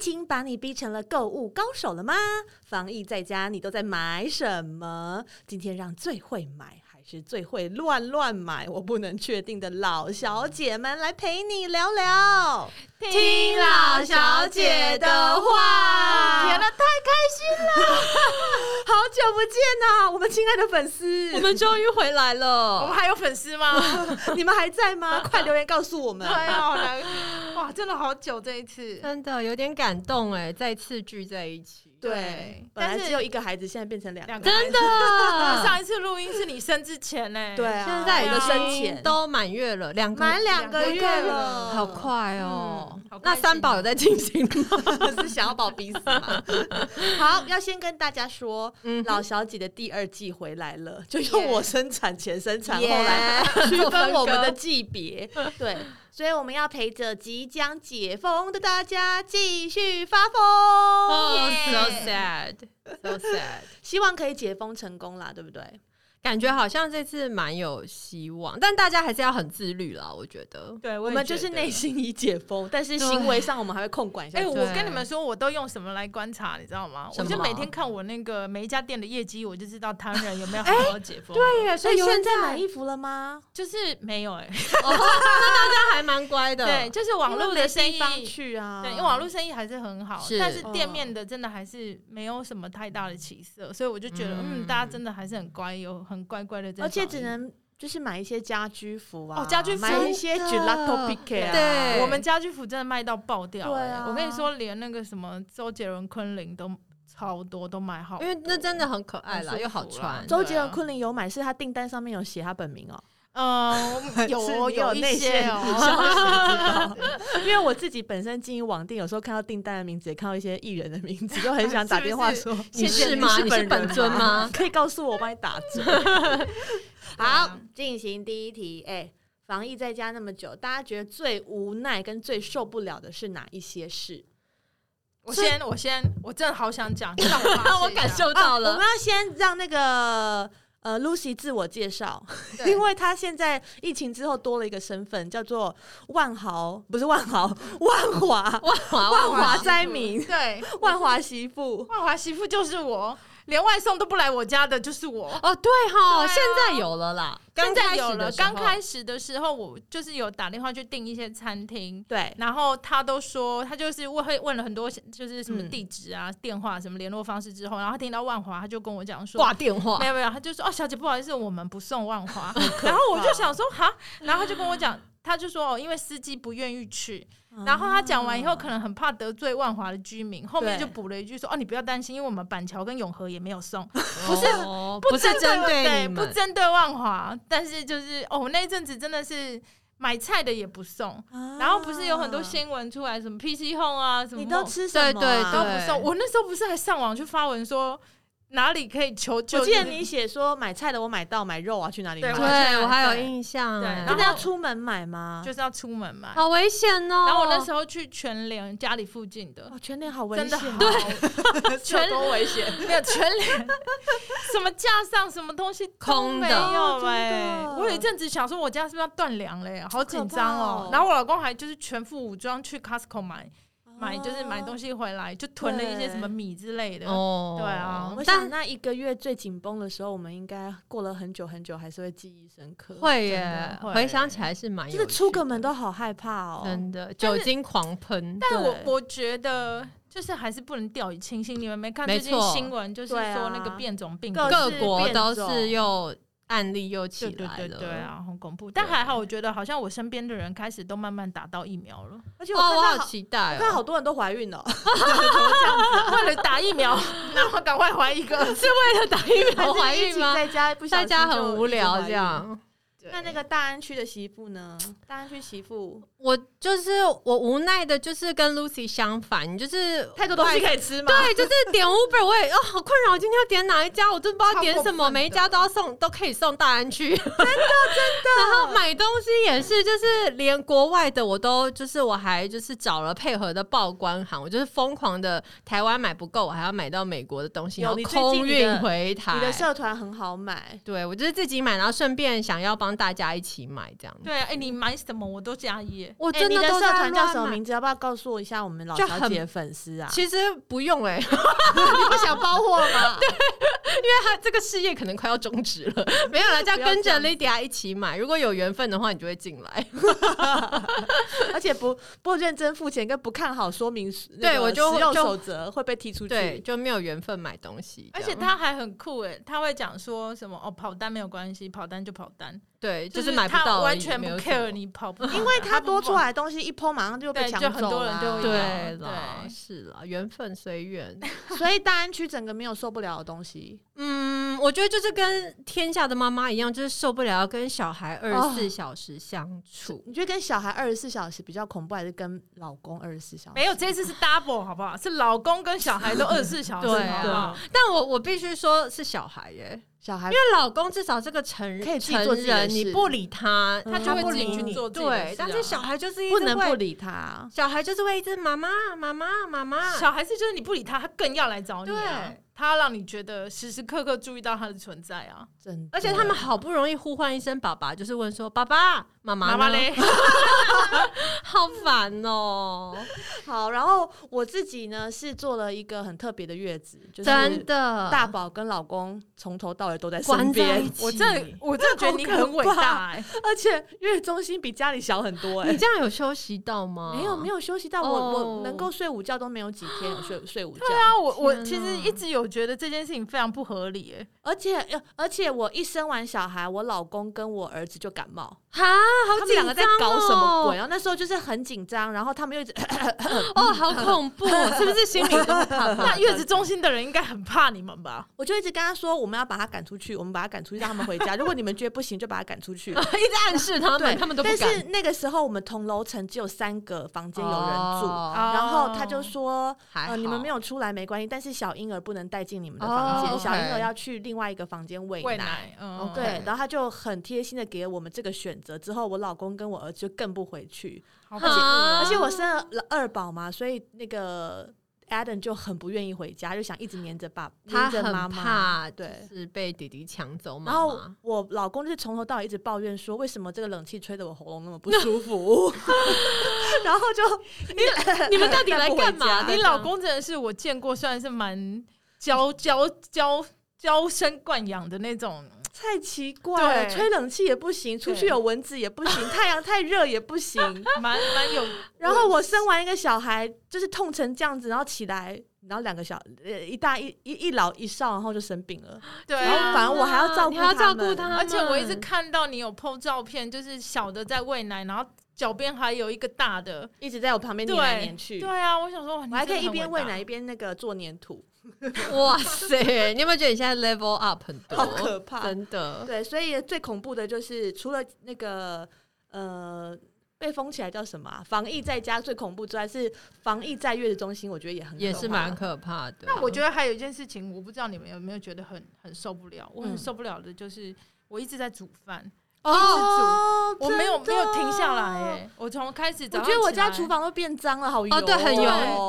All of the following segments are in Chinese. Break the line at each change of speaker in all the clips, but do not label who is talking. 经把你逼成了购物高手了吗？防疫在家，你都在买什么？今天让最会买还是最会乱乱买，我不能确定的老小姐们来陪你聊聊。
听老小姐的话
天哪，太开心了！
好久不见呐、我们亲爱的粉丝，
我们终于回来
我们
了。
还有粉丝吗？
你们还在吗？快留言告诉我们
对。啊，好难哇，真的好久这一次。
真的有点感动哎，再次聚在一起，
对，本来
但
只
是
有一个孩子，现在变成两个
两。个
真 的
那。 上一次啊录音是你生之前呢、
对啊，
现在
有
已
个
经
生前
都满月了，两个
满两个月
两个月
了，
了
好。快哦
嗯好。开
那
心
三宝有在进行 吗？
是想要把我逼死吗？ 好，要先跟大家说，
嗯
老小姐的第二季回来了，就用我生产前、生产后
Yeah
来区
做
分
分割
我们 的季别。对，所以我们要陪着即将解封的大家继续发
哦
Oh,
疯，
，so sad，so sad。
希望可以解封成功啦，对不对？
感觉好像这次蛮有希望，但大家还是要很自律啦。我觉 得哦
对，我
我
也
们就是
觉得
内。心已解封，但是
对
行为上我们还会控管一下
哎、
自己。
我
对
跟你们说，我都用什么来观察，你知道吗？
什
我
么
就每天看我那个每一家店的业绩，我就知道他人有没有好好解封。
对耶，所以
有人
现在
在
买衣服了吗？
就是没有哎、
大家还蛮乖的，
对，，就是网
因为
络
没
的生
地
意，
方去啊，
对，因为网络生意还是很好，
是
但是店面的真的还是没有什么太大的起色，所以我就觉得，
嗯
嗯，大家真的还是很乖，有很乖乖的在防
而
疫，
且只能就是买一些家居服啊，
哦家居服
买一些
真
gelato
的
pique 啊，
对
我们家居服真的卖到爆掉、
对
哎
啊
我跟你说，连那个什么周杰伦、昆凌都超多，都买好多，
因为那真的很可爱
很舒
啦，
服啊
又好穿
啦。
周杰伦、
对啊
昆凌有买，是他订单上面有写他本 名哦，
嗯，
是
我有哦
你有
一
内
些
线
哦，
因为我自己本身经营网店，有时候看到订单的名字，也看到一些艺人的名字，就很想打电话说：“
你是吗？你是本尊吗？
可以告诉我，我帮你打 折。
对啊
好，进行第一题。哎、防疫在家那么久，大家觉得最无奈跟最受不了的是哪一些事？
我先，我先，我真的好想讲，让 我发泄一下
我感受到
啊我
了
们，要先让那个呃 Lucy 自我介绍，
对
因为她现在疫情之后多了一个身份，叫做万豪，不是万豪，万 华，
万
万
华万
华
华
灾民，
对，
万华媳妇。
万华媳妇就是我，连外送都不来我家的就是我。
哦，对哈，
对啊
现在有了啦，
现
刚
在
开始
有了，
的时候
刚开始的时候，我就是有打电话去订一些餐厅，
对，
然后他都说他就是问会问了很多就是什么
嗯
地址啊、电话什么联络方式之后，然后他听到万华，他就跟我讲说
挂电话
没，有没有，他就说哦，小姐不好意思，我们不送万华。 然后我就想说哈，然后他就跟我讲，他就说哦，因为司机不愿意去。
啊
然后他讲完以后，可能很怕得罪万华的居民，后面
对
就补了一句说哦，你不要担心，因为我们板桥跟永和也没有 送，
不是
不
哦不是针对
对
你
不
们，
针对万华，但是就是哦，我那一阵子真的是买菜的也不送。
啊
然后不是有很多，新闻出来，什么 PC Home 啊，什么
你都
Home
吃什么啊、
都
对
不送。我那时候不是还上网去发文说哪里可以求救？
我记得
就是
你写说买菜的我买到，买肉啊去哪里买？
对
对我还有
对
印象
对
哎，
然
真的
后
要出门买吗？
就是要出门买。
好危险哦。
然后我那时候去全联家里附近的，
哦，全脸好危
真的
险、
好
啊，，
全
多危险。
没有全联，什么架上什么东西都
空的
没有
哦真
哎、
的
我有一阵子想说我家是不是要断粮嘞、好紧
好可
张
怕哦
哦。然后我老公还就是全副武装去 Costco 买买，就是买
西。
东西回来就囤了一些什么米之类的。
哦
对啊
我想
但
那一个月最紧绷的时候，我们应该过了很久很久，还是会记忆深刻。
真
会耶，
的会
回想起来是蛮有
就
趣
是
的，
出个门都好害怕哦。
真的酒精狂喷，
但我
对
我觉的。就是还是不能掉以轻心，你们没看最
没
近
错
新闻，就是
对啊
说那个变种病毒
各
各
式
国
变
都
种
是又案例又起
对对
来
对
了，
对啊，很恐怖。但还好，我觉得好像我身边的人开始都慢慢打到疫苗了，
而且我
哦，我
看到
好
好，
期
我
待
看好
哦！
多人都怀 孕了，
为了打疫苗，然后赶快怀一个。
是为了打疫 苗 怀
还是一
孕
起
吗？
在家不小
在
心
家
就
很无聊
一直怀
这
孕。
样。
那那个大安区的媳妇呢？大安区媳妇
我就是我无奈的，就是跟 Lucy 相反，你就是
太多东西
外
可以吃吗？
对，就是点 Uber，我也哦好困扰，我今天要点哪一家，我真不知道点什
超过
么，
分的
每一家都要送，都可以送大安区，真 的真的。然后买东西也是，就是连国外的我都，就是我还就是找了配合的报关行，我就是疯狂的台湾买不够，我还要买到美国的东西，
有
然后
你最近
空
你的
运回台
你。的社团很好买，
对，我就是自己买，然后顺便想要帮让大家一起买这样。
对啊，哎、你买什么我都加一。
我
哎
真
你的
都
社
在
团叫
乱
什么
买
名字？要不要告诉我一下我们老
就
小
很
姐粉丝啊？
其实不用 哎、
你不想包货吗？
他这个事业可能快要终止 了，没有了，就要
不要
跟
这样
着
子
Lydia 一起买。如果有缘分的话，你就会进来。
而且不不认真付钱，跟不看好说明书，那
对
个
我就
使用
就
守则会被踢出去。
对，就没有缘分买东西这
而
样。
且他还很酷哎，他会讲说什么哦，跑单没有关系，跑单就跑单，
对，就是是买不
他
到而已，
完全不
没有什
care
么。
你跑不，
因为他多出
来。
来的东西一抛，马上就被
对
抢
就很
走
多人
啦
就会
啊对
对
啦，是啦，缘分随缘。
所以大安区整个没有受不了的东西。
嗯，我觉得就是跟天下的妈妈一样，就是受不了要跟小孩二
哦
十四小时相处。
你觉得跟小孩二十四小时比较恐怖，还是跟老公二十四小时？
没有，这次是 double 好不好？是老公跟小孩都二十四小时，
对
好
啊
不好？
但我我必须说是小孩耶，
小孩
因，为老公至少是个成人
可以自己
成
做自己的
人，
事
你不理他，
嗯
他就
他不
会自
理
己
你
去
做自己的事啊
对，但是小孩就是一直
不能
会
不理他。啊
小孩就是会一直妈妈妈妈妈妈，
小孩子就是你不理他，他更要来找你、啊
对，
他要让你觉得时时刻刻注意到他的存在啊。
真的，
而且他们好不容易呼唤一声爸爸，就是问说爸爸妈妈
妈
呢
妈，嘞，
好烦 哦，
好。然后我自己呢是做了一个很特别的月子，就是
真的
大宝跟老公从头到尾都在身
关在
边
一，起，
我真的我真的觉得你很伟 大、哎，
而且月中心比家里小很多 哎、
你这样有休息到吗？
没有没
有，
有休息到我、
哦
我能够睡午觉都没有几天有睡睡午觉，
对啊，我我其
天啊
实一直有觉得这件事情非常不合理、哎，
而且呃而且我一生完小孩，我老公跟我儿子就感冒，
哈，好
他们
紧
两
张
个
哦
在搞什么鬼？然啊后那时候就是很紧张，然后他们又一直
哦，好恐怖哦， 是不啊是心里
那月子中心的人应该很怕你们吧？
我就一直跟他说，我们要把他赶出去，我们把他赶出去，让他们回家。如果你们觉得不行，就 把他赶出去。
一直暗示他
对，
们，他们都不
但
敢
是。那个时候我们同楼层只有三个房间有人住，
哦
然后他就说。
还
呃，你们
好
没有出来没关系，但是小婴儿不能带进你们的房间，
哦
小婴儿
OK 哦
要去另外一个房间喂
喂奶，嗯，
对
OK
然后他就很贴心的给我们这个选择。之后我老公跟我儿子就更不回去，
好吧
啊
而且我生了二宝嘛，所以那个 Adam 就很不愿意回家，就想一直黏着爸，
他
黏着
很
妈妈。
怕
对，
是被弟弟抢走
然
妈
后
妈。
我老公就是从头到尾一直抱怨说，为什么这个冷气吹得我喉咙那么不舒 服，然后就
你们到底来干
带不
嘛？
回家
你老公真的是我见过，算是蛮娇娇娇娇生惯养的那种，
太奇怪了，
对
吹冷气也不行，出去
对
有蚊子也不 行，太阳太热也不行。
蛮 蛮有。
然后我生完一个小孩，就是痛成这样子，然后起来，然后两个小呃一大一一一老一少，然后就生病了。
对
然后
啊，
反而我还要照顾
你还要照
他们
顾他们，
而且我一直看到你有 PO 照片，就是小的在喂奶，然后脚边还有一个大的。
一直在我旁边黏来黏去。
对啊，我想说，哇
我还可以一边喂奶一，
你
边那个做粘土，
哇塞！你有没有觉得你现在 level up 很多？
好可怕。
真的。
对，所以最恐怖的就是除了那个呃被封起来叫什么啊、防疫在家最恐怖之外，是防疫在月子中心，我觉得也很
也
可
是
怕
蛮可怕的。
真的很伟大那我觉得还有一件事情，我不知道你们有没有觉得很很受不了。我
嗯
很受不了的就是我一直在煮饭，
哦，
我没有
真
没
的哦
有停下来。哎，我从开始
我
早上
觉得我家
起来
厨房都变脏了，好油
哦对很油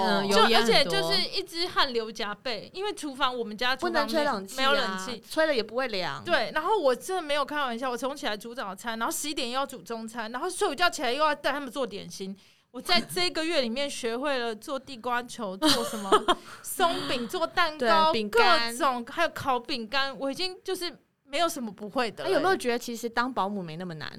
嗯
就
油烟
而且
很多
就是一直汗流浃背，因为厨房我们家厨
不能
房
吹
没
冷气、啊
没有冷气，，
吹了也不会凉。，
对，然后我真的没有开玩笑，我从起来煮早餐，然后十一点又要煮中餐，然后睡午觉起来又要带他们做点心。我在这个月里面学会了做地瓜球，做 什么松饼、做蛋
对
糕、
饼
各
干
种，还有烤饼干，我已经就是没有什么不会的
哎，
了、
有没有觉得其实当保姆没那么难？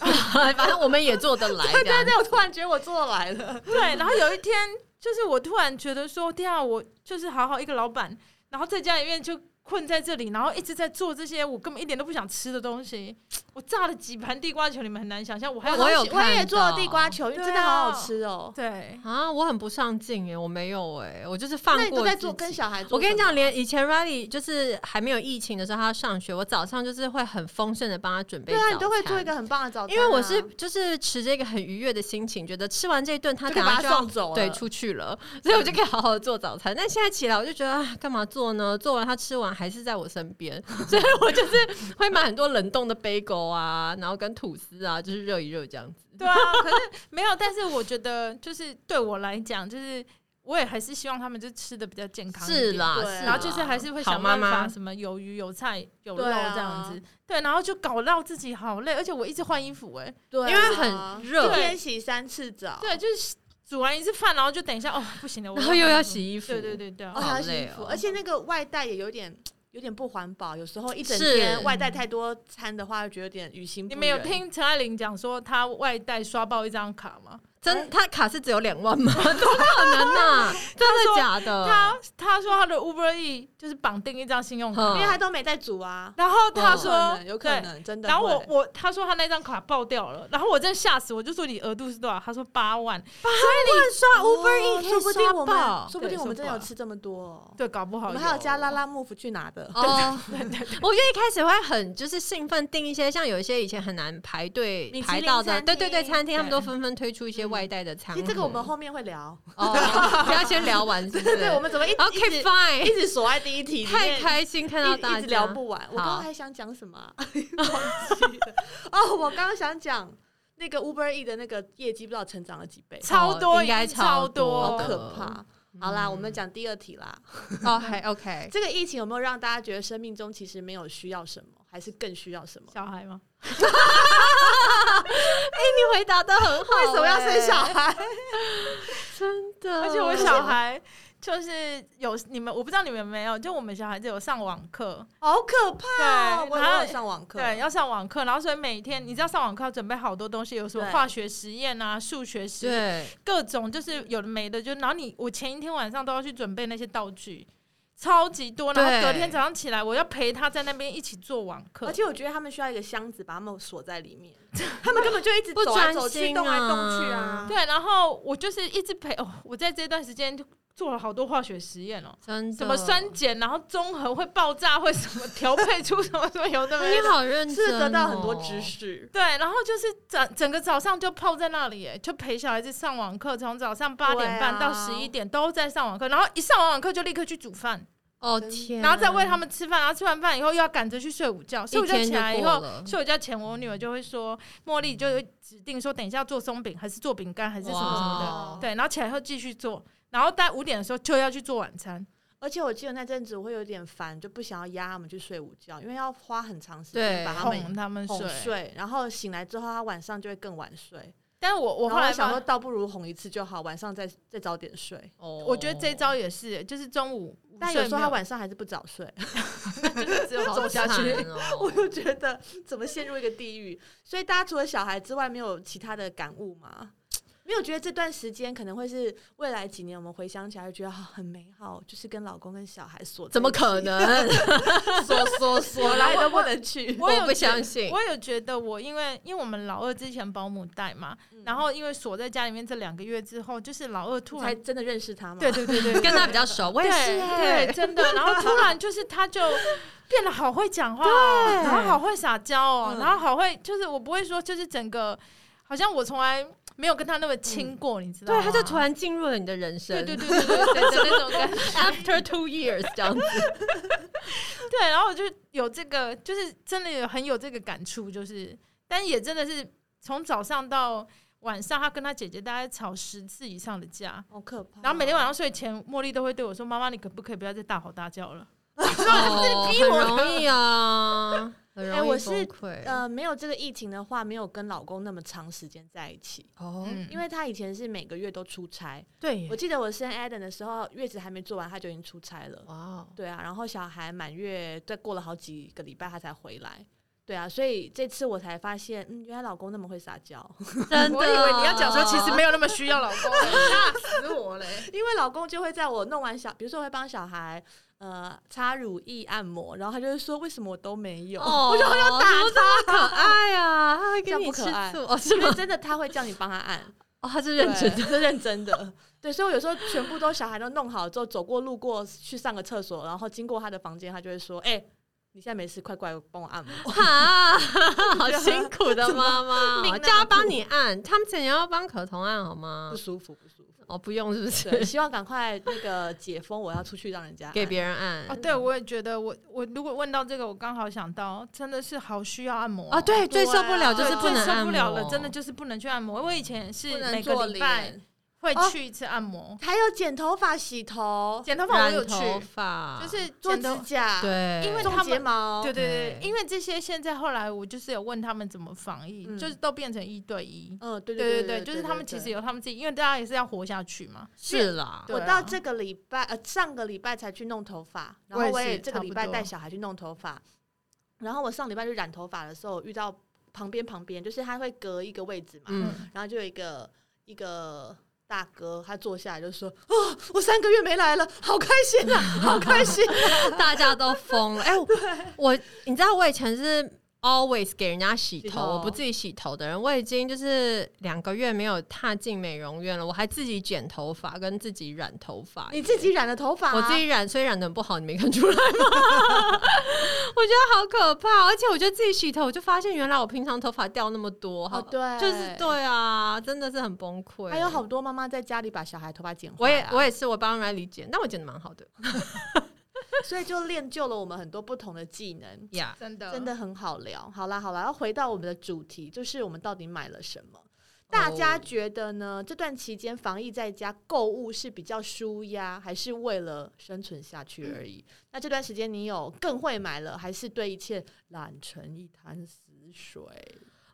得， 反正我们也做得来。对
对，我突然觉得我做来了。
对，然后有一天，就是我突然觉得说，天啊，我就是好好一个老板，然后在家里面就困在这里，然后一直在做这些我根本一点都不想吃的东西。我炸了几盘地瓜球，你们很难想象。我还有
我有
我也
看
做了
到
地瓜球，因为真的
对啊
好好吃哦。
对，
啊，我很不上进耶，我没有哎，我就是放
那你
过
都在
自
做
己
跟小孩做？
我跟你讲，，连以前 Riley 就是还没有疫情的时候，他要上学，我早上就是会很丰盛的帮他准备
对
早餐。
啊，你都会做一个很棒的早餐啊。
因为我是就是持着一个很愉悦的心情，觉得吃完这一顿他
就可以
等
把它
下就要
送走了
对，出去了，所以我就可以好好地做早餐。但现在起来我就觉得啊干嘛做呢？做完他吃完还是在我身边， 所以我就是会买很多冷冻的 bagel 啊，然后跟吐司啊，就是热一热这样子。
对啊，可是没有。但是我觉得，就是对我来讲，就是。我也还是希望他们就吃的比较健康一点，
是啦，
对
是啦
然后就是还是会
好
想
妈
办
妈
法，什么有鱼有菜有肉
对啊
这样子，对，然后就搞到自己好累，而且我一直换衣服、哎，
对啊，
因为很热
一天洗三次澡，
对，就是煮完一次饭，然后就等一下，哦，不行了，我
然后又
换衣
要
服，
洗衣服，
对对对对啊、
哦，
好
还要洗
累
衣服，
哦
而且那个外带也有点有点不环保，有时候一整
是
天外带太多餐的话，会觉得有点于心不
你
忍。
们有听陈爱玲讲说她外带刷爆一张卡吗？
真他卡是只有两万吗？ 怎么可能呢、真的假的？
她她说她的 Uber E 就是绑定一张信用卡，
嗯
因为他都没在煮啊。
然后她
有可
说
能，有可
对
能真的会。
然后我我他说他那张卡爆掉了，然后我真的吓死，我就说你额度是多少？他说八万，
乱刷
哦
Uber E 可
说不
以
定
刷
我
爆
们，说不
对
定我们
刷
真的有
爆
吃这么多哦。
对，搞不好
我们还有加拉
拉，
拉木夫去拿的，
哦，我觉得一开始会很就是兴奋，订一些像有一些以前很难排队
米其
排
林
到的，
餐
对对对，
厅嗯
餐厅他们都
对
纷纷推出一些外带的餐
其
盒。
实这个我们后面会聊。
哦，不要先聊完，是不是？
对对，我们怎么一直一
OK
直
fine，
一直锁在第一题里面？
太开心看到
一
大
一直
家
聊不完。我刚
好
刚还想讲什么啊、 忘记了。哦，我刚刚想讲那个 Uber E 的那个业绩，不知道成长了几倍，
超多
应该
已经超
多
多
好
的
可
嗯
怕。好啦，我们讲第二题啦。
哦，还 OK，
这个疫情有没有让大家觉得生命中其实没有需要什么，还是更需要什么？
小孩吗？
你回答的很好，
为
欸
什么要生小？孩？
真
呃
的，
而且我小孩就是有你们，我不知道你们有没有，就我们小孩子有上网课，
好可怕、哦！
对
我
然后
我有上网课，
对，要上网课，然后所以每天你知道上网课要准备好多东西，有什么
对
化学实验啊、数学实验，
对，
各种就是有的没的，就然后你我前一天晚上都要去准备那些道具。超级多，然
对
后隔天早上起来，我要陪他在那边一起做网课，
而且我觉得他们需要一个箱子把他们锁在里面，他们根本就一直走来走去、
不专心啊
动来动去啊。
对，然后我就是一直陪哦，我在这段时间就做了好多化学实验哦，
真的
什么酸碱，然后综合会爆炸，会什么调配出什么什 么有的没
你
的。
好认真、哦，
是得到很多知。识，
对，然后就是整整个早上就泡在那里耶，就陪小孩子上网课，从早上八点半
对啊
到十一点都在上网课，然后一上完网课就立刻去煮饭，
哦天，
然后再喂他们吃饭，然后吃完饭以后又要赶着去睡午觉，睡午觉
天
起
就
来以
过
后
了，
睡午觉前我女儿就会说，茉莉就会指定说等一下做松饼还是做饼干还是什么什么的，
哇
对，然后起来后继续做，然后大概五点的时候就要去做晚餐，
而且我记得那阵子我会有点烦，就不想要压他们去睡午觉，因为要花很长时
对
间把他
哄
们
他们
哄
睡。
睡，然后醒来之后他晚上就会更晚睡。
但我我
我
后来
想说，
发，
倒不如哄一次就好，晚上再再早点睡。
哦
我觉得这招也是，就是中午午
但
睡
有时候
没
他晚上还是不早睡，
就是只有
好
中午
下去
惨哦
我就觉得怎么陷入一个地狱。所以大家除了小孩之外，没有其他的感悟吗？没有觉得这段时间可能会是未来几年，我们回想起来会觉得、啊很美好，就是跟老公跟小孩所
怎么可能？说说说
我来都不能去？
我有
我不相信
我有觉得我因为因为我们老二之前保姆带嘛，
嗯
然后因为锁在家里面这两个月之后，就是老二突
才
然
真的认识他吗？
对 对对对。
跟他比较熟，我也是
对对，
哎，
真的。然后突然就是，他就 变得好会讲话、哦，然后好会撒娇哦，
嗯
然后好会，就是我不会说，就是整个好像我从来没有跟他那么亲过，你知道吗？
对，他就突然进入了你的人生，
对对对对对对对那种感觉。
，After two years 这样子，
对，然后我就有这个，就是真的有很有这个感触，就是，但也真的是从早上到晚上，他跟他姐姐大概吵十次以上的架。
好可怕。
然后每天晚上睡前，茉莉都会对我说：“妈妈，你可不可以不要再大吼大叫了
哦，很容易啊，很容
哎我
易崩
是
溃。
呃，没有这个疫情的话，没有跟老公那么长时间在一起，
哦？”，
嗯，
因为他以前是每个月都出差。
对耶
我，记得我生 Adam 的时候，月子还没做完，他就已经出差了。
哇哦，
对啊，然后小孩满月，再过了好几个礼拜他才回来。对啊，所以这次我才发现，嗯，原来老公那么会撒娇，
真的，哦
我以为你要讲说，其实没有那么需要老公，吓死我嘞！
因为老公就会在我弄完小，比如说我会帮小孩呃擦乳液、按摩，然后他就会说为什么我都没有，
哦，
我就要打
怎么这么可爱啊，他会
这
跟
样
你
不
吃
可爱
醋哦，是
因
吗
为？真的他会叫你帮他按，
哦，他是
对
认真的，
是认真的。 对，所以我有时候全部都小孩都弄好之后，走过路过去上个厕所，然后经过他的房间，他就会说：“哎、你现在没事，快过来帮我按摩。
啊，好辛苦的妈妈
命那
哦，
么
叫她帮你按，他们之前要帮可彤按好”吗
不？舒服，不舒 服。
哦，不用是不
对，
是？
希望赶快那个解封，我要出去让人家
给
按
别人按
哦，对，我也觉得我，我如果问到这个，我刚好想到，真的是好需要按摩
啊，对，最受不了就
对
是不
最
能
受
按
不
摩
了了，真的就是不能去按摩。我以前也是
不能
每个
做
礼拜
脸
会
哦
去一次按摩，
还有剪头发、洗头、
剪头发我
染
有去，
头发，
就是
做
剪
指
头，
甲，，
对，
因为
种
他们
睫毛，
对对对，
对
因为这些现在后来我就是有问他们怎么防疫，
嗯
就是都变成一对一。
嗯，对对
对对对，就是他们其实。有他们自己，因为大家也是要活下去嘛。
是啦，
对
我
啊
到这个礼拜，呃，上个礼拜才去弄头发，然后
我
我
也是
也这个礼
差
拜
不多
带小孩去弄头发，然后我上礼拜去染头发的时候，我遇到旁边旁边，就是他会隔一个位置嘛，
嗯，
然后就有一个一个大哥，他坐下来就说：“哦，我三个月没来了，好开心 啊，好开心。
大家都疯了。哎、我我你知道我以前是 always 给人家洗
洗
头，
头
我不自己洗头的人，我已经就是两个月没有踏进美容院了，我还自己剪头发跟自己染头发”。
你自己染的头发、啊
我自己染，所以染的不好，你没看出来吗？ 我觉得好可怕，而且我觉得自己洗头，我就发现原来我平常头发掉那么多，好、
哦，对，
就是。对啊，真的是很崩溃。
还有好多妈妈在家里把小孩头发剪坏、啊
我也我也是，我帮 Riley 剪，但我剪的蛮好的
所以就练就了我们很多不同的技能，
呀。Yeah
真的
真的很好聊。好啦好啦，要回到我们的主题，就是我们到底买了什
哦
么？大家觉得呢？这段期间防疫在家购物是比较舒压，还是为了生存下去而
嗯
已？那这段时间你有更会买了，还是对一切懒成一滩死水？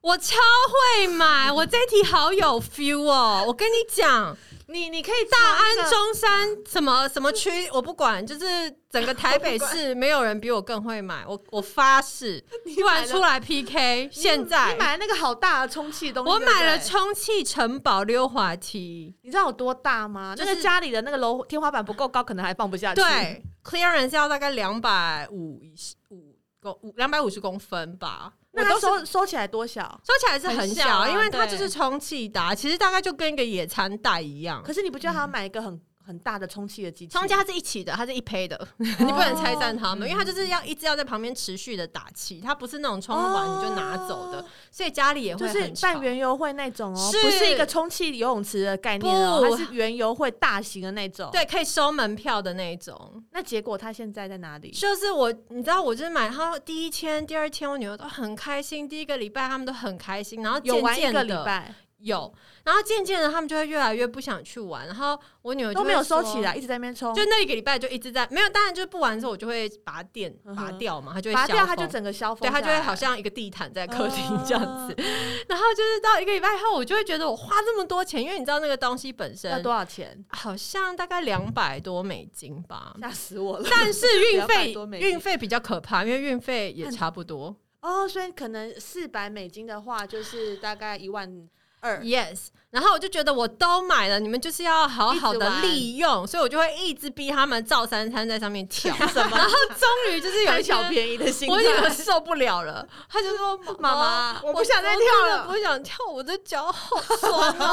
我超会买，我这一题好有 feel 哦！我跟你 讲，
你你可以
大
藏
安
着
中山什么什么区，我不管，就是整个台北市没有人比我更会买，我我发誓，
你
不
买
然
了
出来 PK。现
你
在
买了那个好大的充气东西，
我
对不
买了
对
充气城堡溜滑梯，
你知道有多大吗？
就
那
是
个家里的那个楼天花板不够高，可能还放不下去。
对，clearance 要大概两百五以五公五两百五十公分吧。
那
我
它
都是
收收起来多小？
收起来是很
很
小，
小啊
因为它就
对
是充气的啊、其实大概就跟一个野餐袋一样。
可是你不觉得他要买一个很很大的充气的机器？
充气它是一哦起的，它是一胚 的，你不能拆散它们，因为它就是要一直要在旁边持续的打气，它不是那种充完你就拿走的，
哦
所以家里也
就
会
是
很吵
办园游会那种哦，
是
不是一个充气游泳池的概念哦，
不
它是园游会大型的那种。，
对，可以收门票的那种。
那结果它现在在哪里？
就是我，你知道，我就是买，然后第一天、第二天，我女儿都很开心，第一个礼拜他们都很开心，然后
有
渐
玩一
渐
个礼
的
拜
有，然后渐渐的他们就会越来越不想去玩，然后我女儿就
都没
会
有收
说
起来，一直在那边充
就，那一个礼拜就一直在没有，当然就是不玩的时候，我就会拔电
嗯
拔
哼
掉嘛，它就会
拔掉
消
它就
风
整个消
对，
风下来，
它就会好像一个地毯在客厅
哦
这样子。 然后就是到一个礼拜后，我就会觉得我花这么多钱，因为你知道那个东西本
要
身
多少钱？
好像大概两百多美金吧。
吓死我了！
嗯但是运
200
费
多美金
运费比较可怕，因为运费也差不多。
哦，所以可能四百美金的话，就是大概一 万二。
Yes，然后我就觉得我都买了，你们就是要好好
一直
的
玩。
利用，所以我就会一直逼他们照三餐在上面跳
什么
然后终于就是有
贪
一
小
天
便宜的心
我女儿
态？
受不了了，她就说：“
妈妈我不想再
我
跳
真的
了
不想跳，我的脚好酸 哦。”然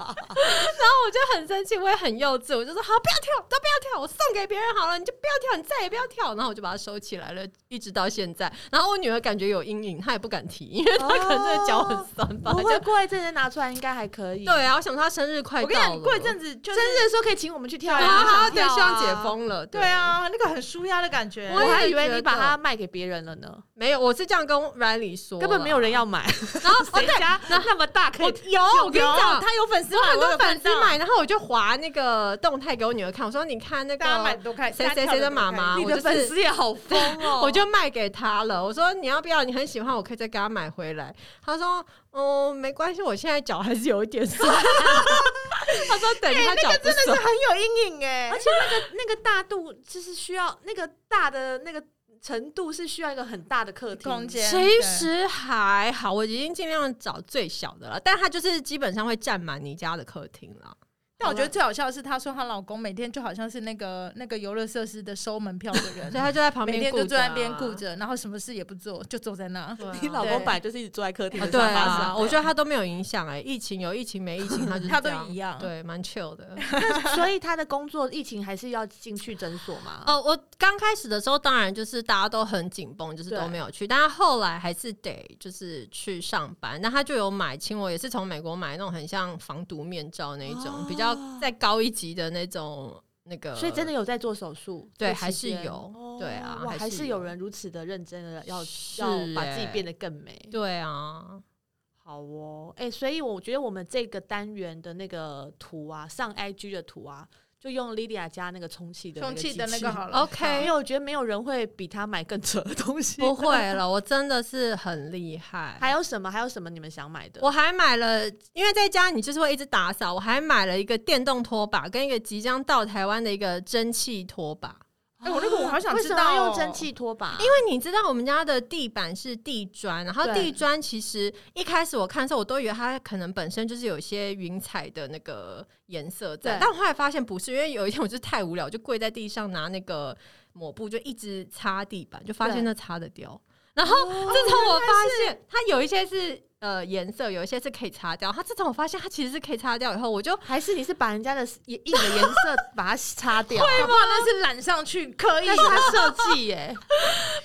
后我就很生气，我也很幼稚，我就说：“好，不要跳，都不要跳，我送给别人好了，你就不要跳，你再也不要跳。”然后我就把它收起来了，一直到现在。然后我女儿感觉有阴影，她也不敢提，因为她可能真的脚很酸吧。
哦不
就
会过一阵子拿出来应该还可以。
对啊，我想说她生日快
嗯我
到
跟你讲，
了，
你过一阵子就
生
是
日的时候可以请我们去跳
对
呀，
啊，
我
她
想
对，
跳
希望解
啊。
封了。
对啊，那个很舒压的感觉。
我
我
也
还以为
觉
你把
得
它卖给别人了呢，
没有，我是这样跟 Riley 说，
根本没有。人要 买。
然后
谁家哦那么大可
我
以？
有，我跟你讲，
他有粉丝
有
买，
很
我
多
有
粉
看
丝
到，
买，然后我就划那个动态给我女儿看，我说你看那
大家买
个
的都开，
谁
大家
谁
跳
谁的
都
妈
开
妈，
你
我
的
就
粉
是。
丝也好疯 哦！
我就卖给她了。我说你要不要？你很喜欢，我可以再给她买回来。她说，嗯，没关系，我现在脚还是有一点 酸。她说等她脚不
真的
酸
是。很有阴影哎
而。且那个那个大度就是需要那个大的那个程度是需要一个很大的客厅
空间
其实还好，我已经尽量找最小的了，但她就是基本上会占满你家的客厅了。
但我觉得最好笑的是，她说她老公每天就好像是那个那个游乐设施的收门票的人
所以，她就在旁
每
边
天
顾
就
着啊，
坐在那边顾着，然后什么事也不做，就坐在那。
对啊。
你老公本来就是一直坐在客厅
啊
的
对
沙发
啊，
上，
我觉得他都没有影响哎、疫情有疫情没疫情，他就是
他
这
都一样
对，蛮 chill 的。
所以他的工作疫情还是要进去诊所嘛。
哦，我刚开始的时候，当然就是大家都很紧绷，就是
对
都没有去，但他后来还是得就是去上班。那他就有买亲我，也是从美国买那种很像防毒面罩那一种，
哦
比较再高一级的那种那个，
所以真的有在做手术，
对
这期
还是
间
有
哦
对啊
哇
还
还
是
是有
有
人如此的认真的要
是
要把自己
欸
变得更美，
对啊，
好哦，哎、所以我觉得我们这个单元的那个图啊，上 IG 的图啊，就用 Lydia 家那个充气的那个
充气的那
机器
个好了
OK
因为我觉得没有人会比他买更扯的东西。
不会了，我真的是很厉害。
还有什么？还有什么你们想买的？
我还买了，因为在家你就是会一直打扫，我还买了一个电动拖把跟一个即将到台湾的一个蒸汽拖把。
哎我那个我好想
为
知
什么要
道
用蒸
哦
汽拖把？
因为你知道我们家的地板是地砖，然后
对
地砖其实一开始我看的时候，我都以为它可能本身就是有一些云彩的那个颜色在
对，
但我后来发现不是，因为有一天我就太无聊，我就跪在地上拿那个抹布就一直擦地板，就发
对哦
现那擦得掉。然后自从我发现它有一些是呃颜色，有一些是可以擦掉。它自从我发现它其实是可以擦掉以后，我就
还是你是把人家的眼印的颜 色把它擦掉？
搞不好那是染上去刻意，
那
然
是
后
他设计耶，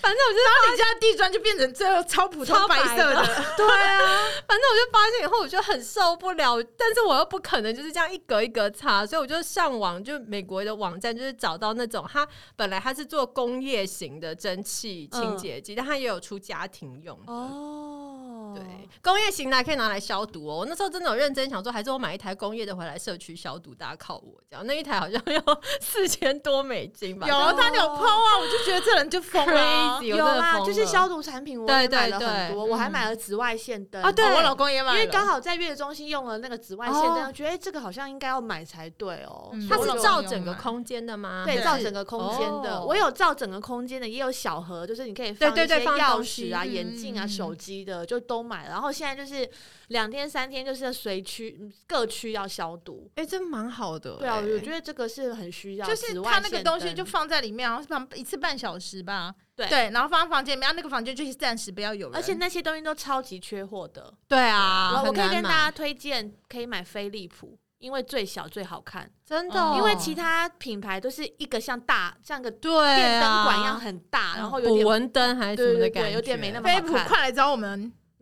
反正我就
你家地砖就变成最后超普
超
通
白
白色
的
的，
对啊，
反正我就发现以后，我就很受不了，但是我又不可能就是这样一格一格擦，所以我就上网，就美国的网站，就是找到那种它本来它是做工业型的蒸汽清洁
嗯
机，但它也有出家庭用的。
哦，
对，工业型的还可以拿来消毒哦。我那时候真的有认真想说，还是我买一台工业的回来社区消毒，大家靠我这样。那一台好像要四千多美金吧？
有他有抛啊，我就觉得这人就疯了啊。
Crazy
有
有这个
啦，
风
就是
了
消毒产品，我
对
也买
对
了
对嗯
很多，我还买了紫外线灯
啊对
哦我老公也买
因
了，
为刚好在月中心用了那个紫外线灯，
哦
我觉得哎这个好像应该要买才对哦
嗯。
它
所以我
我老
有
公
是照
有
整个
买
空间的吗？
对
对
照整个空间的，
哦
我有照整个空间的，也有小盒，就是你可以
对
放
对
一
对
些
放
钥
东西
匙啊、
嗯
眼镜啊、
嗯
手机的，就都买了。然后现在就是两天三天，就是随区嗯各区要消毒。
哎、这蛮好的、
对啊，
哎
我觉得这个是很需要。
就是
紫外
他那个
线
东西
灯
就放在里面，然后放一次半小时吧。
对
然后放在房间里面，啊那个房间就是暂时不要有人。
而且那些东西都超级缺货的。
对啊，
我我
很
可以
难
跟大
买
家推荐，可以买飞利浦，因为最小最好看。
真的哦、
哦
因为其他品牌都是一个像大像个
对啊
电灯管一样很大，然后有
捕
点
蚊灯还是什
对
么的
对
感觉，
对，有点没那么
飞
好
普
看。
快来找我们，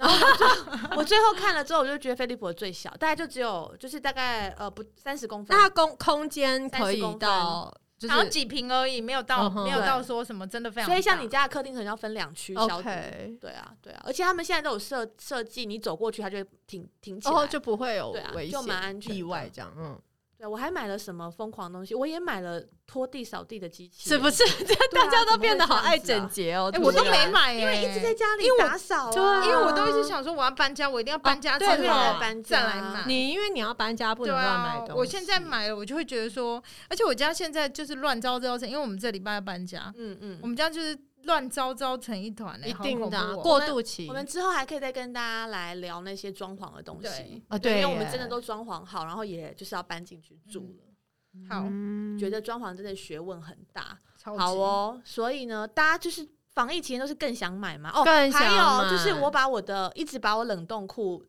我最后看了之后，我就觉得飞利浦的最小，大概就只有就是大概呃不三十公分
那。它空空间可以到就是
然后几瓶而已，没有到
嗯哼
没有到说什么真的非常大。
所以像你家的客厅可能要分两区消毒。
OK，
对啊，对啊，而且他们现在都有设设计，你走过去它就会停停起
然
来。
后哦就不会有
对啊
危
就蛮安
险、
全的
意外这样，嗯，
对我还买了什么疯狂的东西？我也买了拖地扫地的机器，
是不是？ 这
对啊
大家都变得好爱整
怎么会这样子啊
洁哦
哎，，
突
我都
然
没买耶，
因为一直在家里
因为我
打扫
对
啊，
啊
因为我都一直想说我要搬家，我一定要搬家
哦对
才
对
好
对搬家
再来买。啊
你因为你要搬家，不能
啊
乱买东西。
我现在买了，我就会觉得说，而且我家现在就是乱糟糟成，因为我们这礼拜要搬家，
嗯嗯
我，们家就是乱糟糟成一团、欸，
一定的啊、
好恐怖哦
过渡期
我，们之后还可以再跟大家来聊那些装潢的东西
对
啊对
因为我们
耶
真的都装潢好，然后也就是要搬进去住了。
好，
嗯
觉得装潢真的学问很大，
超级
好，哦。所以呢，大家就是防疫期间都是更想买嘛，哦，
更想
还有就是
买
我把我的一直把我冷冻库。